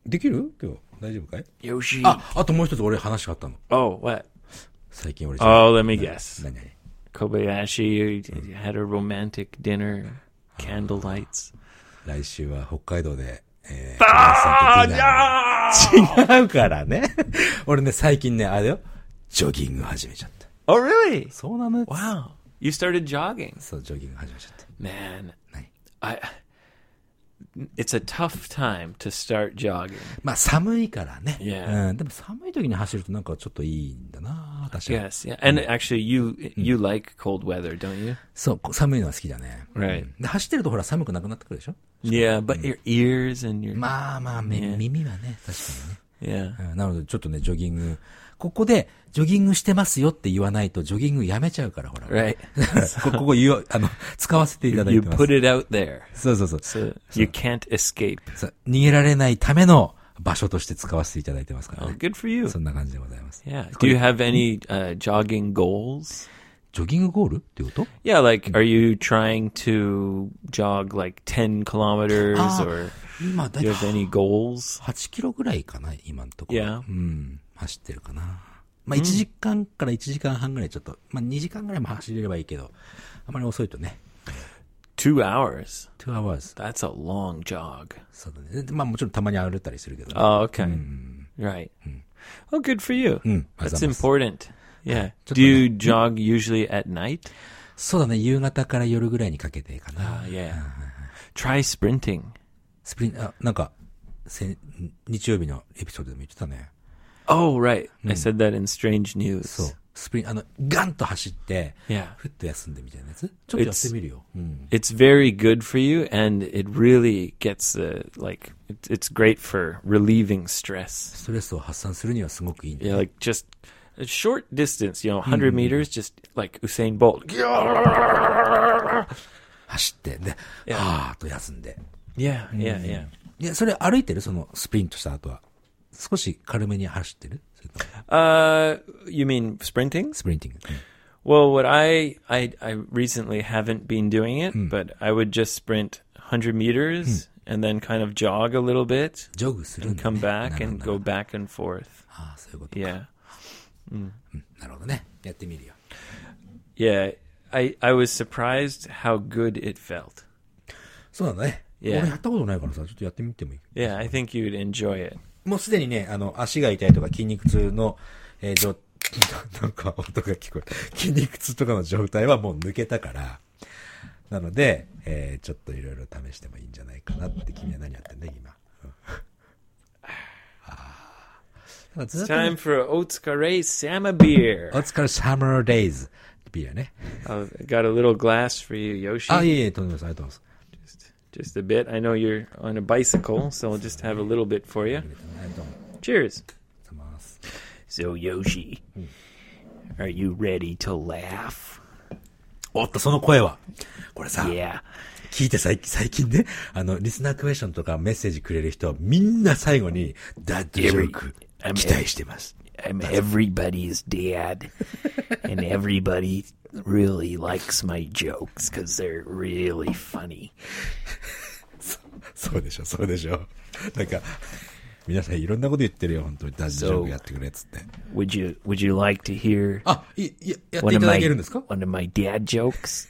[SPEAKER 2] できる今日。大丈夫かい
[SPEAKER 3] Yoshi.
[SPEAKER 2] あ、あともう一つ俺話があったの。
[SPEAKER 3] Oh, what?
[SPEAKER 2] 最近俺。
[SPEAKER 3] Oh, let me guess.
[SPEAKER 2] 何何
[SPEAKER 3] Kobayashi had a romantic dinner, candle lights.
[SPEAKER 2] 来週は北海道で、えー、あ違うからね。 俺ね、最近ね、あれよ、ジョギング始めちゃった。
[SPEAKER 3] Oh, really?
[SPEAKER 2] そうなの
[SPEAKER 3] Wow. You started jogging.
[SPEAKER 2] そう、ジョギング始めちゃった。
[SPEAKER 3] Man,
[SPEAKER 2] 何
[SPEAKER 3] I. It's a tough time to start jogging.
[SPEAKER 2] まあ、寒いからね。
[SPEAKER 3] Yeah.
[SPEAKER 2] うん。でも寒い時に走るとなんかちょっといいんだな確かに。
[SPEAKER 3] Yes, yeah, Hmm. and actually, you you like cold weather, don't you?
[SPEAKER 2] そう、こ寒いのは好きだね。
[SPEAKER 3] Right.
[SPEAKER 2] うんで、走ってるとほら寒くなくなってくるでしょ
[SPEAKER 3] Yeah, but your ears and your
[SPEAKER 2] まあまあ、め
[SPEAKER 3] ね
[SPEAKER 2] 耳はね、確かにね。
[SPEAKER 3] yeah.
[SPEAKER 2] うんなので、ちょっとね、ジョギング。ここで、ジョギングしてますよって言わないと、ジョギングやめちゃうから、ほら。
[SPEAKER 3] Right.
[SPEAKER 2] こここ言おう、あの、使わせていただい
[SPEAKER 3] You
[SPEAKER 2] てます。
[SPEAKER 3] put it out there,
[SPEAKER 2] そうそうそう
[SPEAKER 3] so you can't escape.
[SPEAKER 2] そう逃げられないための場所として使わせていただいてますから、
[SPEAKER 3] Oh,
[SPEAKER 2] ね。
[SPEAKER 3] good for you.
[SPEAKER 2] そんな感じでございます。
[SPEAKER 3] Yeah. Do you have any uh, jogging goals?
[SPEAKER 2] ジョギングゴールっていうこと
[SPEAKER 3] Yeah, like are you trying to jog like 10 kilometers
[SPEAKER 2] Ah.
[SPEAKER 3] or
[SPEAKER 2] 今、だ
[SPEAKER 3] do
[SPEAKER 2] い
[SPEAKER 3] you
[SPEAKER 2] たい
[SPEAKER 3] have any goals?
[SPEAKER 2] 8キロぐらいかな、今のところ。
[SPEAKER 3] Yeah.
[SPEAKER 2] うん、走ってるかな。まあ、1時間から1時間半ぐらいちょっと、まあ、2時間ぐらいも走れればいいけど、あまり遅いとね、
[SPEAKER 3] 2 hours.
[SPEAKER 2] 2 hours。
[SPEAKER 3] That's a long jog.
[SPEAKER 2] そうだね。でまあ、もちろんたまに歩いたりするけど、ね、
[SPEAKER 3] Oh, okay. Right. Oh, good for you.
[SPEAKER 2] Mm, I
[SPEAKER 3] That's
[SPEAKER 2] promise.
[SPEAKER 3] important. Yeah. Do you jog usually at night?
[SPEAKER 2] そうだね、夕方から夜ぐらいにかけてかな。
[SPEAKER 3] Uh, yeah. Try sprinting.
[SPEAKER 2] スプリン、あ、なんか、先日曜日のエピソードでも言ってたね。
[SPEAKER 3] Oh, right. I said that in strange
[SPEAKER 2] そう
[SPEAKER 3] news.。
[SPEAKER 2] スプリン、あの、ガンと走って、
[SPEAKER 3] Yeah.
[SPEAKER 2] ふっと休んでみたいなやつちょっとやってみるよ。うん。
[SPEAKER 3] it's very good for you and it really gets the like it, it's great for relieving stress
[SPEAKER 2] ストレスを発散するにはすごくいいんだ
[SPEAKER 3] yeah like just a short distance you know 100 meters just like usain bolt
[SPEAKER 2] 走って、で、はーっと休んで。
[SPEAKER 3] yeah yeah yeah
[SPEAKER 2] いや、それ歩いてるそのスプリントした後は。少し軽めに走ってるそれとも
[SPEAKER 3] uh you mean sprinting
[SPEAKER 2] スプリンティング。うん
[SPEAKER 3] well what i i i recently haven't been doing it but i would just sprint 100 meters and then kind of Hmm. jog a little bit
[SPEAKER 2] ジョグする
[SPEAKER 3] and
[SPEAKER 2] んだね。
[SPEAKER 3] come back
[SPEAKER 2] なる
[SPEAKER 3] and
[SPEAKER 2] ほど
[SPEAKER 3] go back and forth
[SPEAKER 2] ああ、そういうこと。
[SPEAKER 3] yeah
[SPEAKER 2] なるほどね。やってみるよ。
[SPEAKER 3] Yeah, I I was surprised how good it felt.
[SPEAKER 2] そうなんだね。
[SPEAKER 3] いや
[SPEAKER 2] 俺やったことないからさ、ちょっとやってみてもいい
[SPEAKER 3] Yeah, I think you'd enjoy it.
[SPEAKER 2] もうすでにね、あの、足が痛いとか筋肉痛の、えー、状、 なんか音が聞こえた。筋肉痛とかの状態はもう抜けたから。なので、えーちょっといろいろ試してもいいんじゃないかなって、君は何やってんだ、今。うんあーなんかずっとね
[SPEAKER 3] Time for Otsukare Sama beer.
[SPEAKER 2] お疲れ、サマーデイズ。ビアね。
[SPEAKER 3] I've got a little glass for you, Yoshi.
[SPEAKER 2] あ、いえいえ、とんでもないです。ありがとうございます。
[SPEAKER 3] Just a bit. I know you're on a bicycle, so I'll just have a little bit for you.
[SPEAKER 2] ありがとうござ
[SPEAKER 3] Cheers.
[SPEAKER 2] います。
[SPEAKER 3] So Yoshi, are you ready to laugh?
[SPEAKER 2] おっと、その声は。これさ、
[SPEAKER 3] Yeah.
[SPEAKER 2] 聞いて最近、最近ね、あの、リスナークエスチョンとかメッセージくれる人はみんな最後に、ダッドジョーク、
[SPEAKER 5] I'm-
[SPEAKER 2] 期待してます。
[SPEAKER 5] I'm everybody's dad, and everybody really likes my jokes because they're really funny.
[SPEAKER 2] そうでしょ、そうでしょ。なんか、皆さんいろんなこと言ってるよ、本当に。ダジジョブやってくれっつって。
[SPEAKER 5] Would you Would you like to hear
[SPEAKER 2] あ、い、いや、やっ
[SPEAKER 5] one
[SPEAKER 2] ていた
[SPEAKER 5] of my
[SPEAKER 2] だけるんですか
[SPEAKER 5] one of my dad jokes?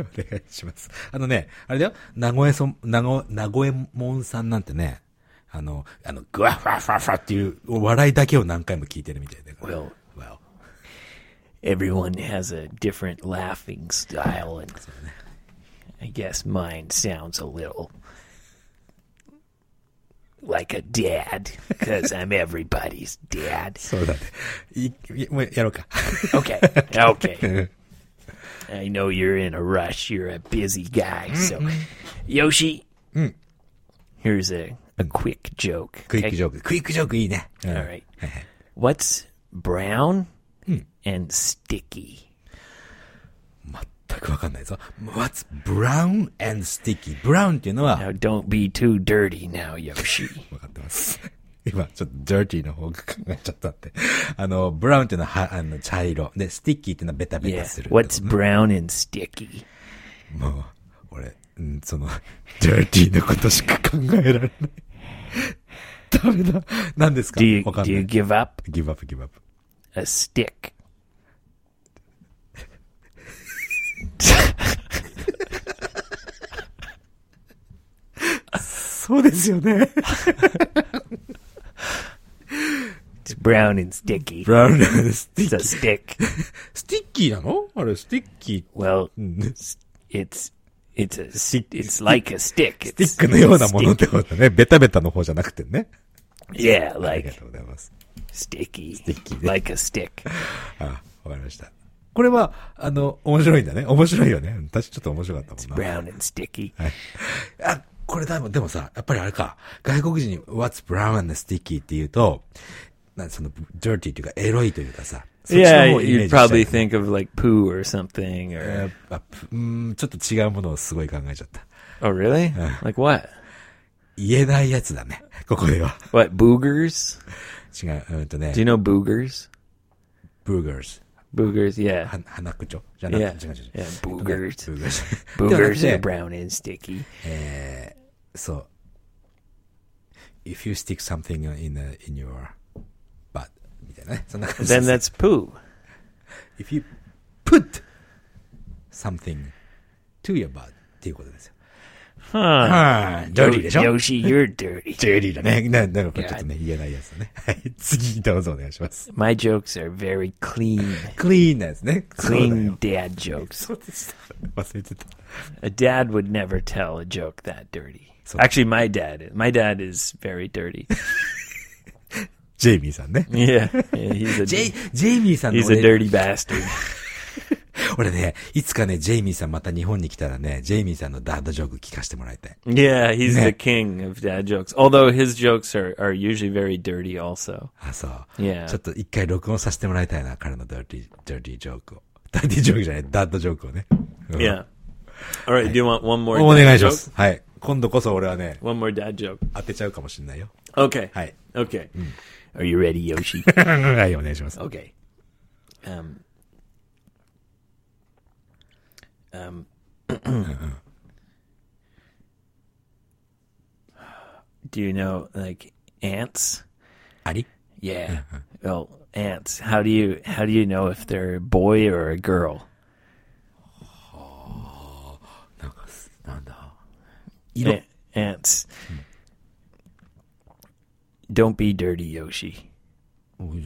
[SPEAKER 2] お願いします。あのね、あれだよ、名古屋そ、名古、名古屋もんさんなんてね、あの、あの、グワッファッファッファっていう笑いだけを何回も聞いてるみたいで。
[SPEAKER 5] Well,
[SPEAKER 2] well.
[SPEAKER 5] Everyone has a different laughing style, and I guess mine sounds a little like a dad because I'm everybody's dad.
[SPEAKER 2] そうだね。い、いもうや ろうか。
[SPEAKER 5] Okay, okay. I know you're in a rush. You're a busy guy. So, Yoshi, here's a, a Mm. quick joke. Uh-huh.
[SPEAKER 2] クイッ
[SPEAKER 5] okay?
[SPEAKER 2] クジョーク。クイックジョークいいね。うん
[SPEAKER 5] All right. What's brown Hmm. and sticky?
[SPEAKER 2] 全くわかんないぞ。What's brown and sticky? brown っていうのは、
[SPEAKER 5] Now, don't be too dirty now, Yoshi.
[SPEAKER 2] わかってます。 今、ちょっと dirty の方が考えちゃったって。あの、brown っていうのは、はあの、茶色。で、sticky っていうのはベタベタ
[SPEAKER 5] Yeah.
[SPEAKER 2] する。
[SPEAKER 5] What's brown and sticky?
[SPEAKER 2] もう、俺、うんその、dirty のことしか考えられない。ダメだ。何ですか
[SPEAKER 5] Do you
[SPEAKER 2] わかん
[SPEAKER 5] do
[SPEAKER 2] な
[SPEAKER 5] you
[SPEAKER 2] い。
[SPEAKER 5] give up
[SPEAKER 2] give up, give up.
[SPEAKER 5] a stick?
[SPEAKER 2] そうですよね。
[SPEAKER 5] It's brown and sticky.
[SPEAKER 2] brown and
[SPEAKER 5] It's a
[SPEAKER 2] sticky.
[SPEAKER 5] stick.
[SPEAKER 2] sticky なのあれ、sticky
[SPEAKER 5] Well,
[SPEAKER 2] うん。
[SPEAKER 5] s- it's it's a s- it's like a stick. It's
[SPEAKER 2] スティックのようなものっ
[SPEAKER 5] sticky.
[SPEAKER 2] てことね。ベタベタの方じゃなくてね。
[SPEAKER 5] Yeah,
[SPEAKER 2] ありが
[SPEAKER 5] like
[SPEAKER 2] とうございます。
[SPEAKER 5] sticky.
[SPEAKER 2] Sticky.
[SPEAKER 5] Like a stick.
[SPEAKER 2] あ、わかりました。これは、あの、面白いんだね。面白いよね。うん私ちょっと面白かったもんな。
[SPEAKER 5] Brown and sticky.
[SPEAKER 2] あ、これだ、でもさ、やっぱりあれか。外国人に What's brown and sticky って言うと、なんその、dirty というか、エロいというかさ。そっち
[SPEAKER 3] Yeah,
[SPEAKER 2] の方をイメー
[SPEAKER 3] you'd
[SPEAKER 2] ジしちゃう
[SPEAKER 3] probably think of like poo or something.
[SPEAKER 2] えー
[SPEAKER 3] Or
[SPEAKER 2] あぷうーん、ちょっと違うものをすごい考えちゃった。
[SPEAKER 3] oh, really? Like what?
[SPEAKER 2] 言えないやつだね。ここでは。
[SPEAKER 3] What boogers?
[SPEAKER 2] 違う、うんとね
[SPEAKER 3] Do you、know boogers?
[SPEAKER 2] boogers。
[SPEAKER 3] Boogers, yeah,
[SPEAKER 2] は鼻くちょじゃなく
[SPEAKER 3] yeah,
[SPEAKER 2] て、違う違う違う。
[SPEAKER 5] Yeah,
[SPEAKER 2] boogers。
[SPEAKER 5] boogers. Boogers
[SPEAKER 2] Yeah.
[SPEAKER 5] are brown and sticky.
[SPEAKER 2] そう。if you stick something in, a, in your butt みたいなね。そんな感じ
[SPEAKER 3] then
[SPEAKER 2] です。
[SPEAKER 3] that's poo.
[SPEAKER 2] if you put something to your butt っていうことですよ。
[SPEAKER 3] Huh.
[SPEAKER 2] ああ、dirty でしょ
[SPEAKER 5] Yoshi, you're dirty.
[SPEAKER 2] ?dirty だね。ななんかこれちょっとね、言えないやつだね。はい。次、どうぞお願いします。
[SPEAKER 5] My jokes are very clean.
[SPEAKER 2] clean なやつね。そうだ
[SPEAKER 5] Clean
[SPEAKER 2] よ
[SPEAKER 5] dad jokes.
[SPEAKER 2] そうでした。忘れてた。
[SPEAKER 5] A dad would never tell a joke that dirty.
[SPEAKER 2] So-
[SPEAKER 3] Actually, my dad, my dad is very dirty.
[SPEAKER 2] ジェイミーさんね。
[SPEAKER 3] Yeah, yeah he's a
[SPEAKER 2] ジェイ、ジェイミーさんの
[SPEAKER 3] he's a
[SPEAKER 2] 俺
[SPEAKER 3] dirty bastard.
[SPEAKER 2] 俺ね、いつかね、ジェイミーさんまた日本に来たらね、ジェイミーさんのダードジョーク聞かせてもらいたい。
[SPEAKER 3] Yeah, he's
[SPEAKER 2] Yeah.
[SPEAKER 3] the king of dad jokes. Although his jokes are, are usually very dirty also.
[SPEAKER 2] あ、そう。
[SPEAKER 3] Yeah.
[SPEAKER 2] ちょっと一回録音させてもらいたいな、彼のダーティー、ダーティージョークを。 ダーティージョークじゃない、ダードジョークをね。うん
[SPEAKER 3] Yeah. All right, do you want one more
[SPEAKER 2] お
[SPEAKER 3] dad
[SPEAKER 2] 願いしま
[SPEAKER 3] joke?
[SPEAKER 2] す。はい。今度こそ俺はね、
[SPEAKER 3] One more dad joke.
[SPEAKER 2] 当てちゃうかもしれないよ。
[SPEAKER 3] Okay.
[SPEAKER 2] はい。
[SPEAKER 3] Okay.
[SPEAKER 5] Are you ready, Yoshi?
[SPEAKER 2] はい、お願いします。
[SPEAKER 5] Okay. Um. Um.
[SPEAKER 3] Do you know like ants?
[SPEAKER 2] あり
[SPEAKER 5] Yeah.
[SPEAKER 3] Well, ants. How do you how do you know if they're a boy or a girl?
[SPEAKER 2] なんかす、なんだ。
[SPEAKER 3] Ant-
[SPEAKER 5] Ants. Don't be dirty, Yoshi.
[SPEAKER 2] おい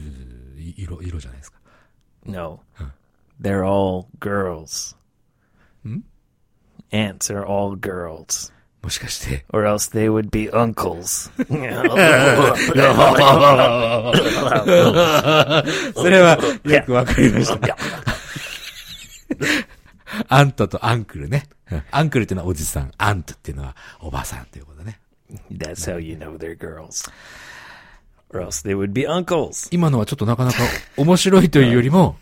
[SPEAKER 2] い色、色じゃないですか。
[SPEAKER 5] No. They're all girls. Ants are all girls.
[SPEAKER 2] もしか して、
[SPEAKER 5] Or else they would be uncles.
[SPEAKER 2] それはよくわかりました。アントとアンクルね。うんアンクルっていうのはおじさん、アントっていうのはおばさんっていうことね。
[SPEAKER 5] That's how you know they're girls. Or else they would be uncles.
[SPEAKER 2] 今のはちょっとなかなか面白いというよりも、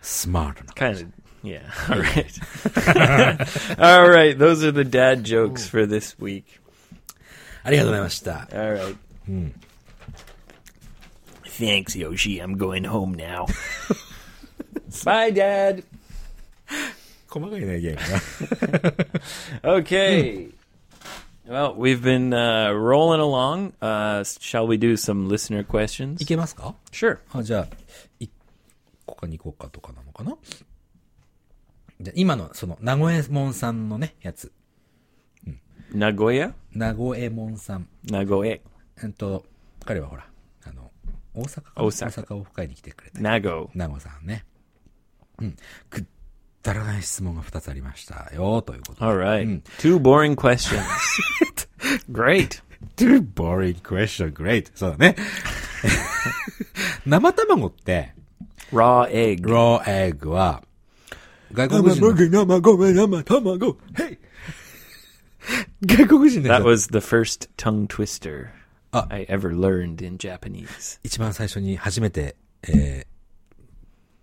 [SPEAKER 2] スマートな。
[SPEAKER 3] Kind of. Yeah. All right. All right. Those are the dad jokes for this week.
[SPEAKER 2] ありがとうございました。
[SPEAKER 3] All right.
[SPEAKER 5] Thanks, Yoshi. I'm going home now.
[SPEAKER 3] Bye, dad.
[SPEAKER 2] 細かいね、ゲームな。
[SPEAKER 5] Hmm.
[SPEAKER 3] Okay. Well, we've been uh, rolling along. Uh, shall we do some listener questions?
[SPEAKER 2] いけますか
[SPEAKER 3] Sure.
[SPEAKER 2] あじゃあ、1個か2個かとかなのかなじゃあ今のその、名古屋門さんのね、やつ。
[SPEAKER 3] Nagoya?
[SPEAKER 2] 名古屋門さん。
[SPEAKER 3] Nagoya.
[SPEAKER 2] えっと、彼はほら、あの、大阪かな
[SPEAKER 3] 大阪
[SPEAKER 2] 大阪を深いに来てくれて。
[SPEAKER 3] Nago.
[SPEAKER 2] 名護さんね。うん。くだらない質問が2つありましたよ、ということで。
[SPEAKER 3] All right.
[SPEAKER 5] Hmm.
[SPEAKER 3] Two boring questions. Great.
[SPEAKER 2] Too boring question, great. そうだね。 生卵って、
[SPEAKER 3] Raw egg.
[SPEAKER 2] raw egg は、外国人の。生卵、生卵、hey! 外国人の
[SPEAKER 3] That
[SPEAKER 2] 人
[SPEAKER 3] was the first tongue twister
[SPEAKER 2] Ah.
[SPEAKER 3] I ever learned in Japanese.
[SPEAKER 2] 一番最初に初めて、えー、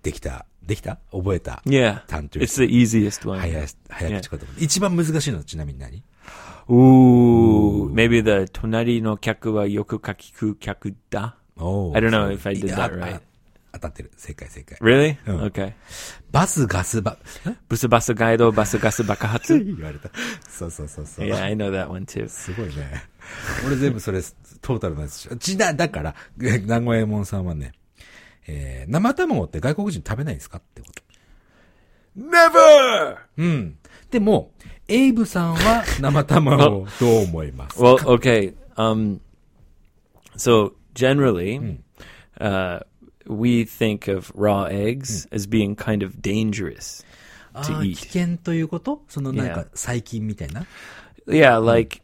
[SPEAKER 2] できた、できた覚えた。
[SPEAKER 3] Yeah.
[SPEAKER 2] Tongue twister.
[SPEAKER 3] It's the easiest one.
[SPEAKER 2] 早い、早口言葉。一番難しいのちなみに何
[SPEAKER 3] Ooh. Maybe the tonari no kyaku wa yoku kakiku kyaku da.
[SPEAKER 2] Oh,
[SPEAKER 3] I don't know if I did
[SPEAKER 2] いや
[SPEAKER 3] that
[SPEAKER 2] あ
[SPEAKER 3] right.
[SPEAKER 2] 当たってる。正解正解。
[SPEAKER 3] Really?
[SPEAKER 2] Oh.
[SPEAKER 3] Okay.
[SPEAKER 2] バスガス バ、
[SPEAKER 3] Busu basu gaido basu gasu bakahatsu.
[SPEAKER 2] 言われた。そうそうそうそう。
[SPEAKER 3] Yeah, I know that one too.
[SPEAKER 2] すごいね。俺全部それ、トータルのやつ。ちな、だから、南郷右衛門さんはね、えー、生卵って外国人食べないんですかってこと。
[SPEAKER 3] Never!
[SPEAKER 2] うん。でも、エイブさんは生卵をどう思います
[SPEAKER 3] Well, okay. Um, so generally, uh, we think of raw eggs as being kind of dangerous
[SPEAKER 2] あ
[SPEAKER 3] to
[SPEAKER 2] ー危
[SPEAKER 3] eat.
[SPEAKER 2] 険ということそのなんか
[SPEAKER 3] Yeah.
[SPEAKER 2] 細菌みたいな。
[SPEAKER 3] Yeah, like,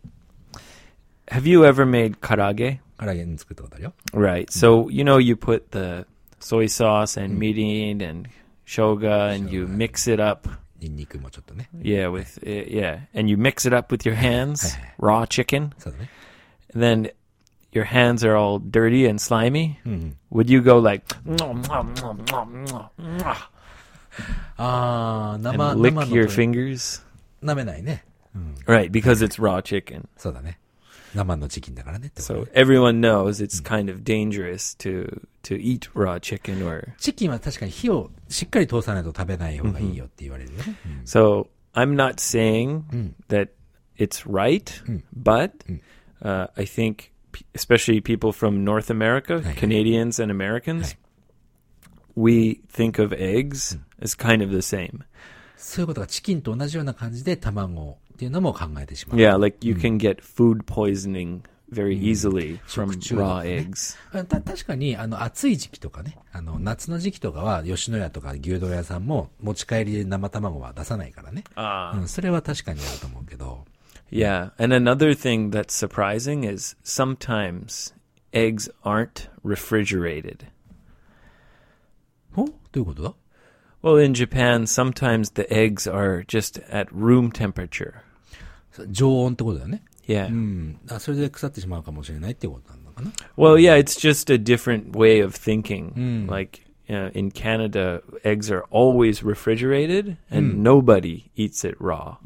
[SPEAKER 3] have you ever made karage?
[SPEAKER 2] から揚げに作ったことあるよ。
[SPEAKER 3] Right. So you know you put the soy sauce and mirin and shoga, and you mix it up.
[SPEAKER 2] ニンニクもちょっとね。
[SPEAKER 3] Yeah, with uh, yeah, and you mix it up with your hands, raw chicken.
[SPEAKER 2] そうだね。
[SPEAKER 3] And then your hands are all dirty and slimy. Would you go like?
[SPEAKER 4] Mwah, mwah, mwah, mwah, mwah.
[SPEAKER 2] あー、
[SPEAKER 3] and
[SPEAKER 2] 生、
[SPEAKER 3] lick
[SPEAKER 2] 生の
[SPEAKER 3] your
[SPEAKER 2] と
[SPEAKER 3] fingers.
[SPEAKER 2] 舐めないね。
[SPEAKER 3] Right, because it's raw chicken.
[SPEAKER 2] そうだね。生のチキンだからねってことね
[SPEAKER 3] So everyone knows it's kind of dangerous to to eat raw chicken or
[SPEAKER 2] チキンは確かに火をしっかり通さないと食べない方がいいよって言われるよね。
[SPEAKER 3] so I'm not saying that it's right, but uh, I think p- especially people from North America, Canadians and Americans, we think of eggs as kind of the same.
[SPEAKER 2] そういうことがチキンと同じような感じで卵っていうのも考えてしまう。
[SPEAKER 3] Yeah, like you can get food poisoning very easily from
[SPEAKER 2] Shokuchu.
[SPEAKER 3] raw eggs.
[SPEAKER 2] た確かに、あの、暑い時期とかね、あの、夏の時期とかは、吉野家とか牛丼屋さんも、持ち帰りで生卵は出さないからね。うん、それは確かにあると思うけど、
[SPEAKER 3] Yeah. And another thing that's surprising is sometimes eggs aren't refrigerated.
[SPEAKER 2] おどういうことだ
[SPEAKER 3] Well, in Japan, sometimes the eggs are just at room temperature.
[SPEAKER 2] そ常温ってことだよね。
[SPEAKER 3] Yeah.
[SPEAKER 2] うん。あそれで腐ってしまうかもしれないってことなのかな。
[SPEAKER 3] Well, yeah, it's just a different way of thinking. Like uh, in Canada, eggs are always refrigerated and nobody eats it raw.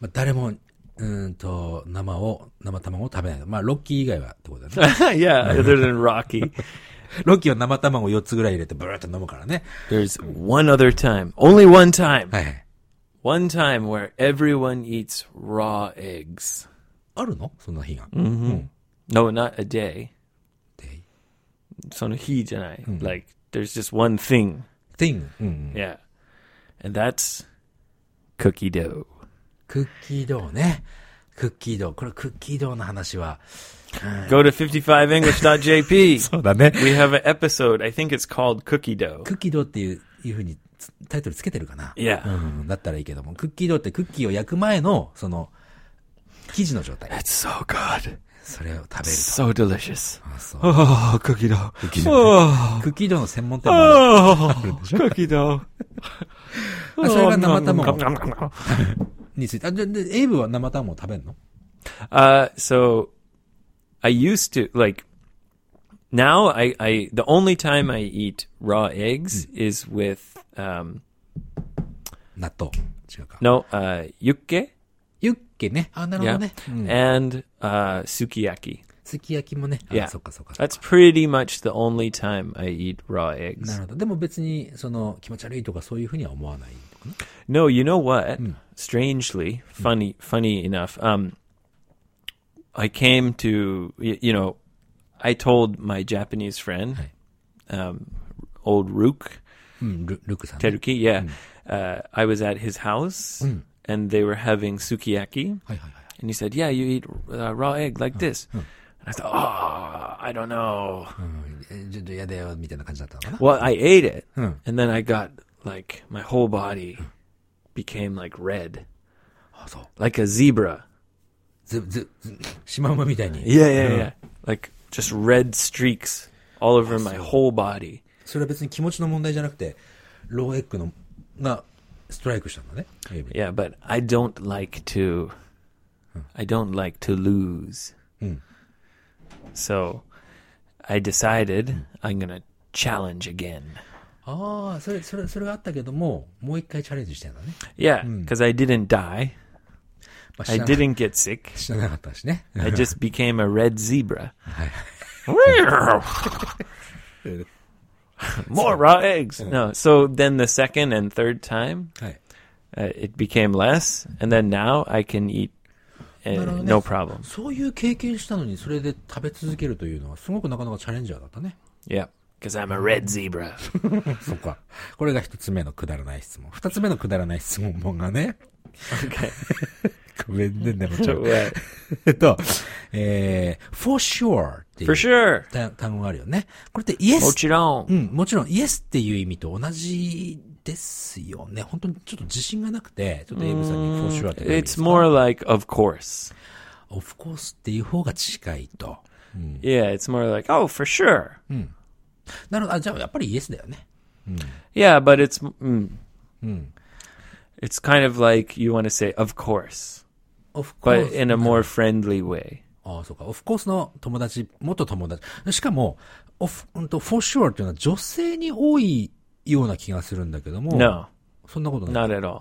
[SPEAKER 2] まあ、誰も、うーんと、生を、生卵を食べない。まあ、ロッキー以外はってことだよね。
[SPEAKER 3] yeah, other than Rocky.
[SPEAKER 2] ロッキーは生卵4つぐらい入れてブルーっと飲むからね。
[SPEAKER 3] There's one other time, only one time,
[SPEAKER 2] はいはい。
[SPEAKER 3] one time where everyone eats raw eggs.
[SPEAKER 2] あるのそんな日が。
[SPEAKER 3] No, not a day. Mm.
[SPEAKER 2] Day.
[SPEAKER 3] So no he and I. Like there's just one thing.
[SPEAKER 2] thing. うん。
[SPEAKER 3] Yeah. And that's cookie dough.
[SPEAKER 2] クッキードーね。クッキードー。これクッキードーの話は。
[SPEAKER 3] Go to 55english.jp.
[SPEAKER 2] そうだね。
[SPEAKER 3] we have an episode. I think it's called Cookie Dough.
[SPEAKER 2] クッキードーっていう、いうふうにつタイトルつけてるかな。
[SPEAKER 3] Yeah.
[SPEAKER 2] うん。だったらいいけども。クッキードーってクッキーを焼く前の、その、生地の状態。
[SPEAKER 3] It's so good.
[SPEAKER 2] それを食べる
[SPEAKER 3] So delicious.
[SPEAKER 2] と。あそう
[SPEAKER 3] Oh, cookie dough.
[SPEAKER 2] クッキードークッキードーの専門店もある
[SPEAKER 3] Oh, cookie dough.
[SPEAKER 2] あそれが生卵
[SPEAKER 4] Nom, nom, nom.
[SPEAKER 2] について。あ、で、でエイブは生卵食べるの
[SPEAKER 3] Uh, so I used to like. Now I, I the only time I eat raw eggs is with um
[SPEAKER 2] 納豆。違うか。
[SPEAKER 3] no uh yukke
[SPEAKER 2] ユッケね。あ、なるほ
[SPEAKER 3] yeah
[SPEAKER 2] どね。うん
[SPEAKER 3] and uh sukiyaki.
[SPEAKER 2] すき焼きもね。あ
[SPEAKER 3] Yeah.
[SPEAKER 2] そっかそっか。
[SPEAKER 3] That's pretty much the only time I eat raw eggs.
[SPEAKER 2] なるほど。でも別に、その、気持ち悪いとかそういうふうには思わないのかな。
[SPEAKER 3] No, you know what? Strangely, funny, funny enough. Um, I came to y- you know, I told my Japanese friend, um, old Rook
[SPEAKER 2] うん、ルルクさんね、
[SPEAKER 3] Teruki, yeah, uh, I was at his house and they were having sukiyaki,
[SPEAKER 2] はいはいはい。
[SPEAKER 3] and he said, "Yeah, you eat uh, raw egg like this," and I thought, "Oh, I don't know."
[SPEAKER 2] えちょっと嫌だよ、みたいな感じだったのかな。
[SPEAKER 3] Well, I ate it,
[SPEAKER 2] Hmm.
[SPEAKER 3] and then I got like my whole body became like red,
[SPEAKER 2] あ、そう。
[SPEAKER 3] like a zebra.
[SPEAKER 2] ず、ず、ず、シマウマみたいに。
[SPEAKER 3] Yeah, yeah, yeah. Like just red streaks all over my whole body.
[SPEAKER 2] それは別に気持ちの問題じゃなくて、ローエッグの、が、ストライクしたんだね。エイブに
[SPEAKER 3] Yeah, but I don't like to. I don't like to lose. So, I decided I'm gonna challenge again.
[SPEAKER 2] ああ、それ、それ、それがあったけども、もう一回チャレンジしてんだね。
[SPEAKER 3] Yeah, because I didn't die.
[SPEAKER 2] まあ
[SPEAKER 3] I
[SPEAKER 2] 死な
[SPEAKER 3] didn't get sick.
[SPEAKER 2] 死ななかったしね。
[SPEAKER 3] I just became a red zebra. More raw eggs. No. So then the second and third time,
[SPEAKER 2] はい。
[SPEAKER 3] uh, it became less, and then now I can eat uh,
[SPEAKER 2] なるほどね
[SPEAKER 3] no problem.
[SPEAKER 2] そういう経験したのに、それで食べ続けるというのは、すごくなかなかチャレンジャーだったね。
[SPEAKER 3] Yeah.
[SPEAKER 5] Because I'm a red zebra.
[SPEAKER 2] そっか。これが一つ目のくだらない質問。二つ目のくだらない質問がね。ごめんね、でもちょっと。
[SPEAKER 3] Yeah.
[SPEAKER 2] えっと、えー、for sure っていう
[SPEAKER 3] For sure.
[SPEAKER 2] 単単語があるよね。これって yes。
[SPEAKER 3] Mochiron.
[SPEAKER 2] うん、もちろん yes っていう意味と同じですよね。本当にちょっと自信がなくて、ちょっとエイブさんに for sure って言
[SPEAKER 3] It's more like of course.
[SPEAKER 2] of course っていう方が近いと。
[SPEAKER 3] Yeah, it's more like oh for sure.
[SPEAKER 2] なるほど。あ、じゃあやっぱり yes だよね。
[SPEAKER 3] Yeah, but it's mm, it's kind of like you want to say of course,
[SPEAKER 2] of
[SPEAKER 3] but
[SPEAKER 2] course.
[SPEAKER 3] in a more friendly way.
[SPEAKER 2] ああ、そうか。オフコースの友達、元友達。しかも、オフ、うんと、フォーシュアっていうのは女性に多いような気がするんだけども。
[SPEAKER 3] No,
[SPEAKER 2] そんなことない。
[SPEAKER 3] not at all.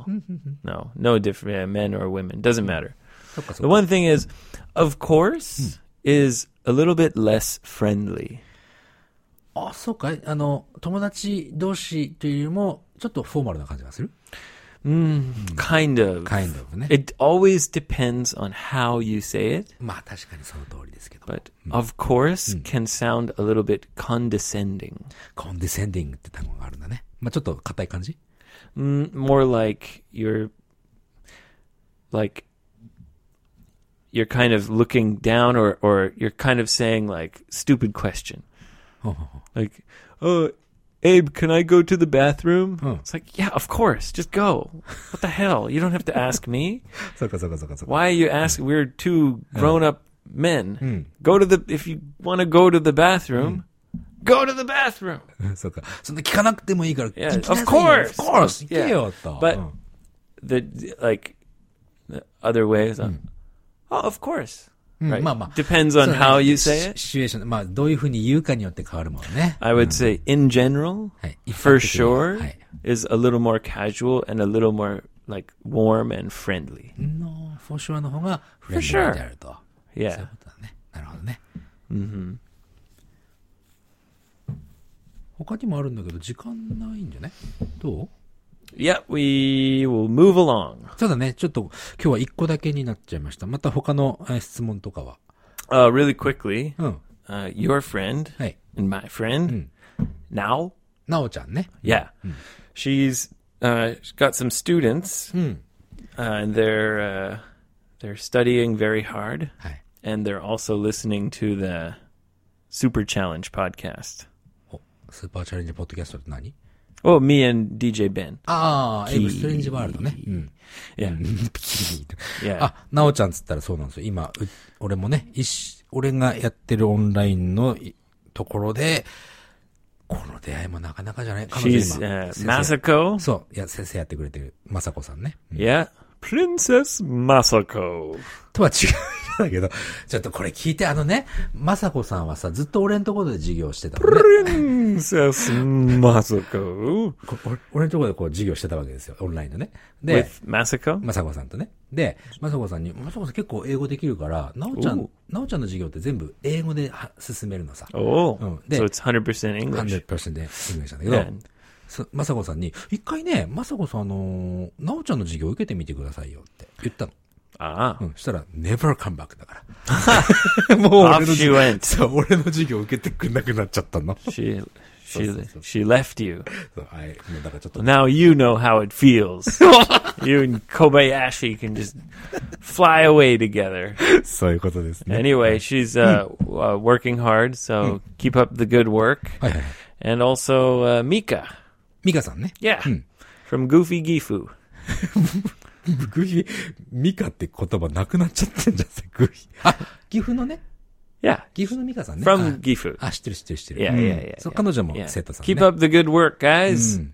[SPEAKER 3] no, no different yeah, men or women doesn't matter.
[SPEAKER 2] そっかそっか。
[SPEAKER 3] The one thing is, of course, is a little bit less friendly.
[SPEAKER 2] あ、そうか。あの、友達同士というよりも、ちょっとフォーマルな感じがする
[SPEAKER 3] Kind of.
[SPEAKER 2] ?kind of ね。
[SPEAKER 3] It always depends on how you say it,
[SPEAKER 2] まあ確かにその通りですけど。
[SPEAKER 3] but of course can sound a little bit condescending.
[SPEAKER 2] コンディセンディングって単語があるんだね。まあちょっと硬い感じ
[SPEAKER 3] Mm, more like you're like you're kind of looking down or or you're kind of saying like stupid question
[SPEAKER 2] ほうほうほう
[SPEAKER 3] like oh abe can i go to the bathroom
[SPEAKER 2] Hmm.
[SPEAKER 3] it's like yeah of course just go what the hell you don't have to ask me
[SPEAKER 2] そうかそうかそうかそうか。
[SPEAKER 3] why you ask we're two grown-up men go to the if you want to go to the bathroom go to the bathroom
[SPEAKER 2] そうか。そんな聞かなくてもいいから、
[SPEAKER 3] Yeah,
[SPEAKER 2] 聞きなさい
[SPEAKER 3] of course.
[SPEAKER 2] よ of course! 行けよと。
[SPEAKER 3] But-
[SPEAKER 2] うん
[SPEAKER 3] the like the other ways. uh, Oh, of course. Right.
[SPEAKER 2] まあまあ。
[SPEAKER 3] Depends on
[SPEAKER 2] そうね
[SPEAKER 3] how you say
[SPEAKER 2] シ
[SPEAKER 3] it.
[SPEAKER 2] シチュエーション、まあ、どういうふうに言うかによって変わるもんね。
[SPEAKER 3] I would say in general,
[SPEAKER 2] はい。
[SPEAKER 3] for sure,
[SPEAKER 2] はい。
[SPEAKER 3] is a little more casual and a little more like warm and friendly.
[SPEAKER 2] の、for sure の方がフレンドリーであると。そうい
[SPEAKER 3] Yeah.
[SPEAKER 2] うことだね。なるほどね。他にもあるんだけど、時間ないんじゃねどう
[SPEAKER 3] Yeah, we will move along.
[SPEAKER 2] そうだね。ちょっと、今日は一個だけになっちゃいました。また他のえー質問とかは。
[SPEAKER 3] Uh, really quickly,
[SPEAKER 2] うん。
[SPEAKER 3] uh, your friend
[SPEAKER 2] はい。
[SPEAKER 3] and my friend now,
[SPEAKER 2] なおちゃんね。
[SPEAKER 3] yeah, she's uh, she's got some students, uh, and they're uh, they're studying very hard.
[SPEAKER 2] はい。
[SPEAKER 3] and they're also listening to the Super Challenge podcast.
[SPEAKER 2] おスーパーチャレンジポッドキャストって何
[SPEAKER 3] Oh, me and DJ Ben.
[SPEAKER 2] ああ、エイブストレンジワールドね。うん。
[SPEAKER 3] Yeah, Ah,
[SPEAKER 2] あ
[SPEAKER 3] yeah.
[SPEAKER 2] なおちゃんっつったらそうなんですよ。今、う俺もね、一し俺がやってるオンラインのいところで、この出会いもなかなかじゃない彼女
[SPEAKER 3] She's
[SPEAKER 2] 今
[SPEAKER 3] uh,
[SPEAKER 2] 先生
[SPEAKER 3] Masako.
[SPEAKER 2] そう、いや、先生やってくれてる、まさこさんね。
[SPEAKER 3] Yeah, Princess Masako.
[SPEAKER 2] とは違うんだけど、ちょっとこれ聞いて、あのね、まさこさんはさ、ずっと俺のところで授業してたのね。
[SPEAKER 3] Princess Masako
[SPEAKER 2] こ俺俺のところでこう授業してたわけですよ、オンラインのね。で、
[SPEAKER 3] with Masako.
[SPEAKER 2] まさこさんとね。で、まさこさんに、まさこさん結構英語できるから、なおちゃん
[SPEAKER 3] お、
[SPEAKER 2] なおちゃんの授業って全部英語では進めるのさ。
[SPEAKER 3] Oh,
[SPEAKER 2] Oh, they-
[SPEAKER 3] so it's hundred Oh. percent English.
[SPEAKER 2] 100%でイメージなんだけど
[SPEAKER 3] Yeah.、
[SPEAKER 2] そまさこさんに、一回ね、まさこさん、あのー、なおちゃんの授業受けてみてくださいよって言ったの。
[SPEAKER 3] Ah.
[SPEAKER 2] うん、したら、never come back だ から。もう俺の
[SPEAKER 3] Off she
[SPEAKER 2] 授
[SPEAKER 3] went.
[SPEAKER 2] そう、俺の授業受けてくれなくなっちゃったの。
[SPEAKER 3] She she she left you.
[SPEAKER 2] そうはい、もうだからちょっと、
[SPEAKER 3] Now you know how it feels. you and Kobayashi can just fly away together.
[SPEAKER 2] そういうことですね。
[SPEAKER 3] Anyway, she's uh, uh, working hard, so keep up the good work.
[SPEAKER 2] はいはいはい。
[SPEAKER 3] And also uh, Mika.
[SPEAKER 2] ミカさんね。
[SPEAKER 3] Yeah. From Goofy Gifu.
[SPEAKER 2] グヒ、ミカって言葉なくなっちゃってんじゃん、グヒ。あ、岐阜のね、
[SPEAKER 3] Yeah.
[SPEAKER 2] 岐阜のミカさんね。
[SPEAKER 3] From Gifu.
[SPEAKER 2] あ、あ知ってる知ってる知ってる。
[SPEAKER 3] Yeah,
[SPEAKER 2] うん
[SPEAKER 3] yeah, yeah,
[SPEAKER 2] そう、
[SPEAKER 3] yeah.
[SPEAKER 2] 彼女も
[SPEAKER 3] Yeah.
[SPEAKER 2] 生徒さんね。
[SPEAKER 3] Keep up the good work, guys.
[SPEAKER 2] うん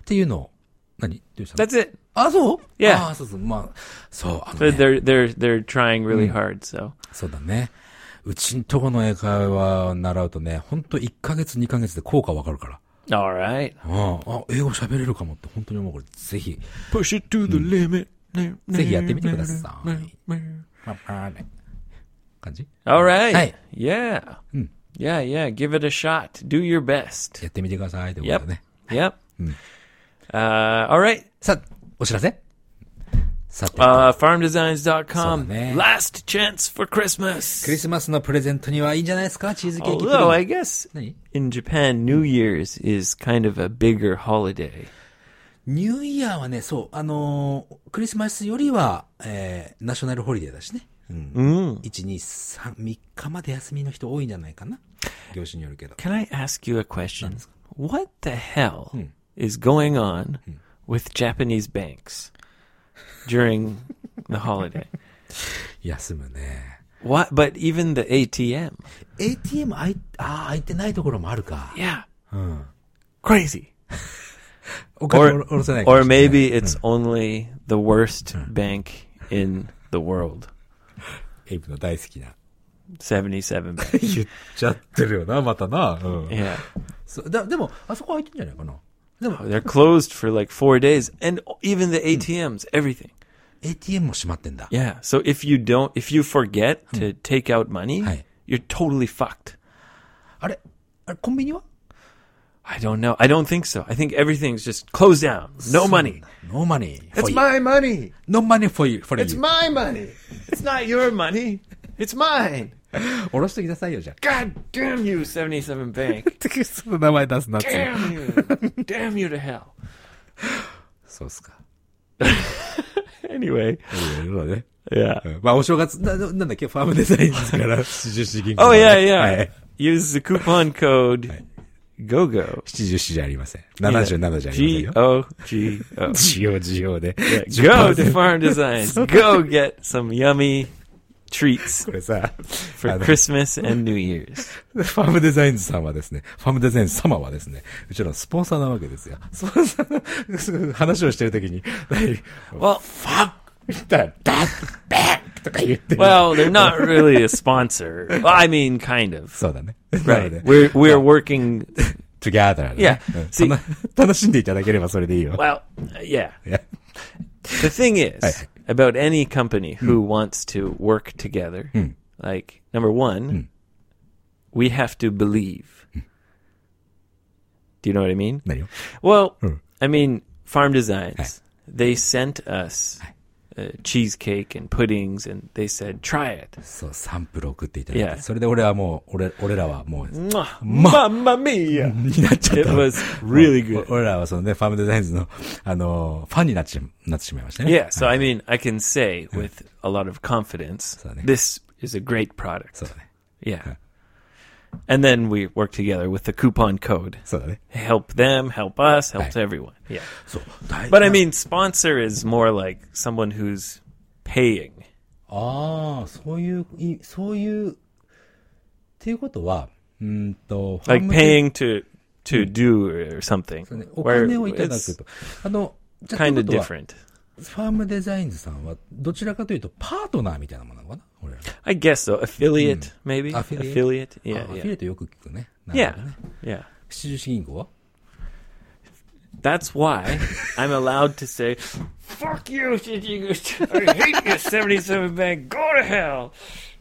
[SPEAKER 2] っていうのを、何どうしたの
[SPEAKER 3] That's it.
[SPEAKER 2] あ、そう
[SPEAKER 3] Yeah.
[SPEAKER 2] あ、そうそう、まあ、そう、あの
[SPEAKER 3] So
[SPEAKER 2] ね
[SPEAKER 3] they're they're they're trying really hard. So
[SPEAKER 2] そうだね。うちんとこの英会話習うとね、ほんと1ヶ月2ヶ月で効果わかるから。
[SPEAKER 3] all right,
[SPEAKER 2] うんあ、英語喋れるかもって本当に思う。これ、ぜひ、
[SPEAKER 3] push it to the limit.
[SPEAKER 2] ぜひやってみてください。まあ、まあね感じ
[SPEAKER 3] All right.
[SPEAKER 2] Hey.
[SPEAKER 3] Yeah. Yeah, yeah. Give it a shot. Do your best.
[SPEAKER 2] やってみてください。ということでね。
[SPEAKER 3] Yep. Uh, all right.
[SPEAKER 2] さあ、お知らせさて、
[SPEAKER 3] Uh,
[SPEAKER 2] そうだね
[SPEAKER 3] farmdesigns.com. Last chance for
[SPEAKER 2] ク
[SPEAKER 3] Christmas.
[SPEAKER 2] リスマスのプレゼントにはいいんじゃないですかチーズケーキプリン。
[SPEAKER 3] Although I guess
[SPEAKER 2] 何
[SPEAKER 3] in Japan, New Year's is kind of a bigger holiday.
[SPEAKER 2] ニューイヤーはね、そう、あのークリスマスよりは、えー、ナショナルホリデーだしね。うん。1、2、3、3日まで休みの人多いんじゃないかな。業種によるけど。
[SPEAKER 3] Can I ask you a question? What the hell is going on with Japanese banks during the holiday?
[SPEAKER 2] 休むね。
[SPEAKER 3] What? But even the ATM.
[SPEAKER 2] ATM あい、あー開いてないところもあるか。
[SPEAKER 3] Yeah. Crazy.
[SPEAKER 2] お金
[SPEAKER 3] Or,
[SPEAKER 2] おろせないかもしれ
[SPEAKER 3] or
[SPEAKER 2] ない
[SPEAKER 3] maybe it's only the worst bank in the world.
[SPEAKER 2] エイブの大好きな。
[SPEAKER 3] 77 bank.
[SPEAKER 2] 言っちゃってるよな、また な。うん。
[SPEAKER 3] Yeah.
[SPEAKER 2] そうだでも、あそこ開いてんじゃないかな。でも、
[SPEAKER 3] They're closed for like four days and even the ATMs, everything.
[SPEAKER 2] ATM も閉まってんだ。
[SPEAKER 3] Hmm. Yeah. Hmm. So if you don't, if you forget to take out money,
[SPEAKER 2] Hi.
[SPEAKER 3] you're totally fucked.
[SPEAKER 2] あれあれ、コンビニは
[SPEAKER 3] I don't know. I don't think so. I think everything's just closed down. No money.
[SPEAKER 2] ?No money.
[SPEAKER 5] It's my money.
[SPEAKER 2] No money for you. For you.
[SPEAKER 5] my money. It's not your money. It's mine.
[SPEAKER 2] おろしてくださいよ、じゃあ。
[SPEAKER 3] God damn you, 77 Bank.
[SPEAKER 2] その名前出すなって。
[SPEAKER 3] damn you. damn you to hell.
[SPEAKER 2] そうっすか。
[SPEAKER 3] Anyway.
[SPEAKER 2] いろいろね。
[SPEAKER 3] Yeah.
[SPEAKER 2] うんまあ、お正月、なななんだっけ、ファームデザインですから、七十四銀行
[SPEAKER 3] Oh,
[SPEAKER 2] はね
[SPEAKER 3] yeah, yeah.
[SPEAKER 2] はい
[SPEAKER 3] Use the coupon code GOGO.
[SPEAKER 2] 七十四じゃありません。七十七じゃありません
[SPEAKER 3] G
[SPEAKER 2] よ。
[SPEAKER 3] O G O.
[SPEAKER 2] 需要需要で。
[SPEAKER 3] Go to Farm Designs. Go get some yummy treats
[SPEAKER 2] これさ、あ
[SPEAKER 3] for
[SPEAKER 2] の
[SPEAKER 3] Christmas and New Year's.
[SPEAKER 2] ファームデザインズさんはですね、ファームデザインズ様はですね、うちらのスポンサーなわけですよ。スポンサーの話をしてるときに、
[SPEAKER 3] Well,
[SPEAKER 2] ファッみたいな、ダッ、ベッとか言ってる。
[SPEAKER 3] well, they're not really a sponsor. Well, I mean, kind of.
[SPEAKER 2] そうだね。なの
[SPEAKER 3] Right.
[SPEAKER 2] で
[SPEAKER 3] We're we're working.
[SPEAKER 2] together だね。
[SPEAKER 3] Yeah.
[SPEAKER 2] うん
[SPEAKER 3] See-
[SPEAKER 2] 楽楽しんでいただければそれでいいよ。
[SPEAKER 3] Well, uh, yeah.
[SPEAKER 2] Yeah.
[SPEAKER 3] The thing is
[SPEAKER 2] Hey. Hmm.
[SPEAKER 3] about any company who wants to work together. Like number one,
[SPEAKER 2] Hmm.
[SPEAKER 3] we have to believe. Do you know what I mean?
[SPEAKER 2] 何を
[SPEAKER 3] Well,
[SPEAKER 2] Mm.
[SPEAKER 3] I mean, Farm Designs. They sent us uh, cheesecake and puddings, and they said, "Try it."
[SPEAKER 2] そう、サンプル送っていただいて、
[SPEAKER 3] Yeah.
[SPEAKER 2] それで俺はもう、俺、俺らはもう、に
[SPEAKER 3] Mwah. Mamma mia!
[SPEAKER 2] なっちゃっ
[SPEAKER 3] It
[SPEAKER 2] た。
[SPEAKER 3] was really good.
[SPEAKER 2] お俺らはそのね、ファームデザインズの、あのー、ファンになってしなってしまいましたね。
[SPEAKER 3] Yeah, so I mean, I can say with a lot of confidence,
[SPEAKER 2] So, yeah.
[SPEAKER 3] this is a great product.
[SPEAKER 2] そうだね。
[SPEAKER 3] Yeah. And then we work together with the coupon code.
[SPEAKER 2] そうだね。
[SPEAKER 3] Help them, help us, helps
[SPEAKER 2] Right.
[SPEAKER 3] everyone. Yeah.
[SPEAKER 2] そう。大
[SPEAKER 3] But I mean, sponsor is more like someone who's paying.
[SPEAKER 2] ああ、そういう、いそういう、っていうことは、うーんと、ファー
[SPEAKER 3] Like
[SPEAKER 2] ムデ
[SPEAKER 3] paying to to do or something.
[SPEAKER 2] ザインズお金をいただ
[SPEAKER 3] it's
[SPEAKER 2] くと。あの、じゃあ、
[SPEAKER 3] kind
[SPEAKER 2] とい
[SPEAKER 3] of
[SPEAKER 2] うことは
[SPEAKER 3] different.
[SPEAKER 2] ファームデザインズさんは、どちらかというと、パートナーみたいなものなのかな俺ら。
[SPEAKER 3] I guess so. Affiliate, maybe?
[SPEAKER 2] Affiliate. Oh,
[SPEAKER 3] Yeah,
[SPEAKER 2] あアフィリエ
[SPEAKER 3] yeah.
[SPEAKER 2] イトよく聞くね。なるほ
[SPEAKER 3] Yeah,
[SPEAKER 2] どね。
[SPEAKER 3] yeah.
[SPEAKER 2] 七十四銀行は
[SPEAKER 3] That's why I'm allowed to say,
[SPEAKER 4] Fuck you, I hate you, 77 Bank. Go to hell.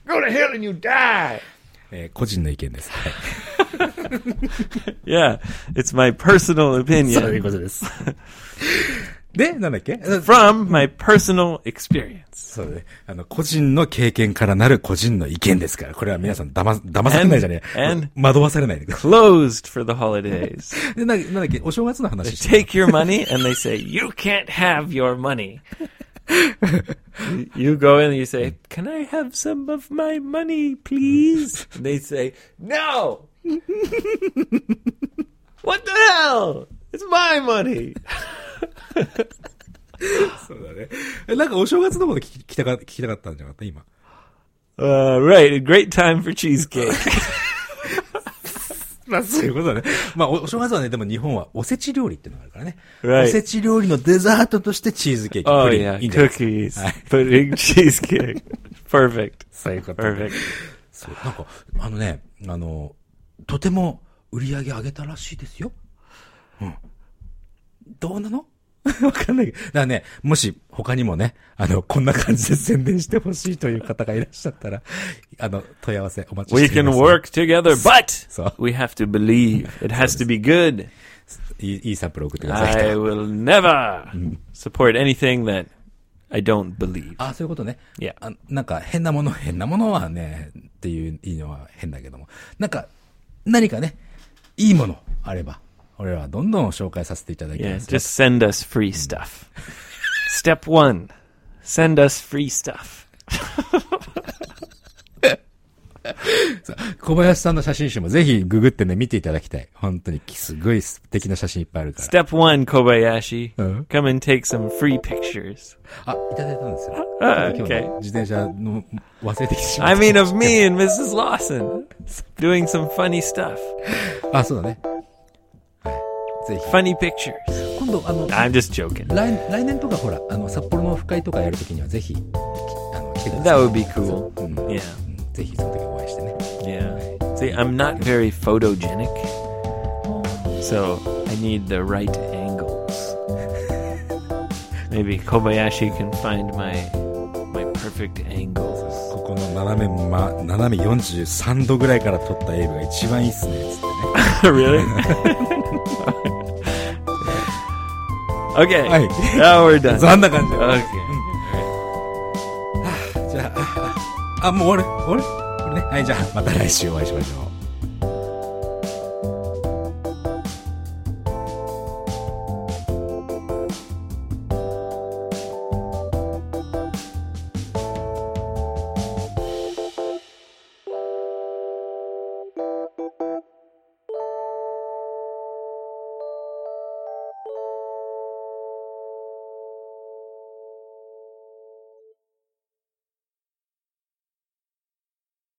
[SPEAKER 4] Go to hell and you die.
[SPEAKER 2] えー個人の意見です。はい。
[SPEAKER 3] yeah, it's my personal
[SPEAKER 2] そういう
[SPEAKER 3] opinion.
[SPEAKER 2] ことです。で、なんだっけ
[SPEAKER 3] from my personal experience.
[SPEAKER 2] そうね。あの、個人の経験からなる個人の意見ですから、これは皆さん騙、騙されないじゃねえ
[SPEAKER 3] And- and-
[SPEAKER 2] 惑わされないでくださ
[SPEAKER 3] Closed for the holidays.
[SPEAKER 2] い。で、ななんだっけ、お正月の話して
[SPEAKER 3] Take your money and they say, You can't have your money. you go in and you say, Can I have some of my money, please? And they say, No! what the hell? It's my money.
[SPEAKER 2] えなんかお正月のこと聞き聞きたか聞きたかったんじゃなかった今。
[SPEAKER 3] Uh, right, a great time for cheesecake.
[SPEAKER 2] まあ、そういうことだね。まあ、おお正月はね、でも日本はおせち料理っていうのがあるからね。
[SPEAKER 3] Right.
[SPEAKER 2] おせち料理のデザートとしてチーズケーキ。
[SPEAKER 3] Oh
[SPEAKER 2] プリン
[SPEAKER 3] yeah,
[SPEAKER 2] いいんじゃないですか
[SPEAKER 3] cookies, pudding, cheesecake. Perfect.
[SPEAKER 2] そういうこと。
[SPEAKER 3] Perfect.
[SPEAKER 2] そうなんか、あのね、あの、とても売り上げ上げたらしいですよ。うん。どうなの わかんないけど。だからね、もし他にもね、あの、こんな感じで宣伝してほしいという方がいらっしゃったら、あの、問い合わせお待ちし
[SPEAKER 3] We
[SPEAKER 2] ていま
[SPEAKER 3] can
[SPEAKER 2] す。
[SPEAKER 3] work together, but
[SPEAKER 2] So-
[SPEAKER 3] we have to believe. It has to be good.
[SPEAKER 2] いいいいサンプル送ってくださいと。
[SPEAKER 3] I will never support anything that I don't believe.
[SPEAKER 2] あ、そういうことね。
[SPEAKER 3] いや
[SPEAKER 2] あなんか変なもの、変なものはね、っていう、いいのは変だけども。なんか、何かね、いいものあれば、俺らはどんどん紹介させていただき
[SPEAKER 3] Yeah,
[SPEAKER 2] ます。
[SPEAKER 3] just send us free stuff. Step one, send us free stuff.
[SPEAKER 2] 小林さんの写真集もぜひググってね、見ていただきたい。本当に、すごい素敵な写真いっぱいあるから。
[SPEAKER 3] Step one, Kobayashi,
[SPEAKER 2] Uh-huh.
[SPEAKER 3] come and take some free pictures.
[SPEAKER 2] あ、いただいたんですよ。
[SPEAKER 3] Ah,
[SPEAKER 2] 今日
[SPEAKER 3] okay.
[SPEAKER 2] ね、自転車の忘れてきてしま
[SPEAKER 3] I
[SPEAKER 2] った。
[SPEAKER 3] mean, of me and Mrs. Lawson doing some funny stuff,
[SPEAKER 2] あ、そうだね。はい。ぜひ。
[SPEAKER 3] funny pictures.
[SPEAKER 2] 今度、あの、来
[SPEAKER 3] I'm just joking.
[SPEAKER 2] 来年とかほら、あの、札幌のオフ会とかやるときにはぜひ、きあの、来てくださ
[SPEAKER 3] That
[SPEAKER 2] い。
[SPEAKER 3] would be cool.
[SPEAKER 2] うん。
[SPEAKER 3] Yeah,
[SPEAKER 2] うんぜひその時お会いしてね。
[SPEAKER 3] yeah. See, I'm not very photogenic, so I need the right angles. Maybe Kobayashi can find my my perfect angles.
[SPEAKER 2] ここの斜め、ま、斜め43度ぐらいから撮った映画が一番いいっすね、つってね。
[SPEAKER 3] really? okay.
[SPEAKER 2] Hey.
[SPEAKER 3] Now we're done.
[SPEAKER 2] そんな感じで。
[SPEAKER 3] Okay.
[SPEAKER 2] じゃあ、あ、もう終わる終わるこれね。はい、じゃあ、また来週お会いしましょう。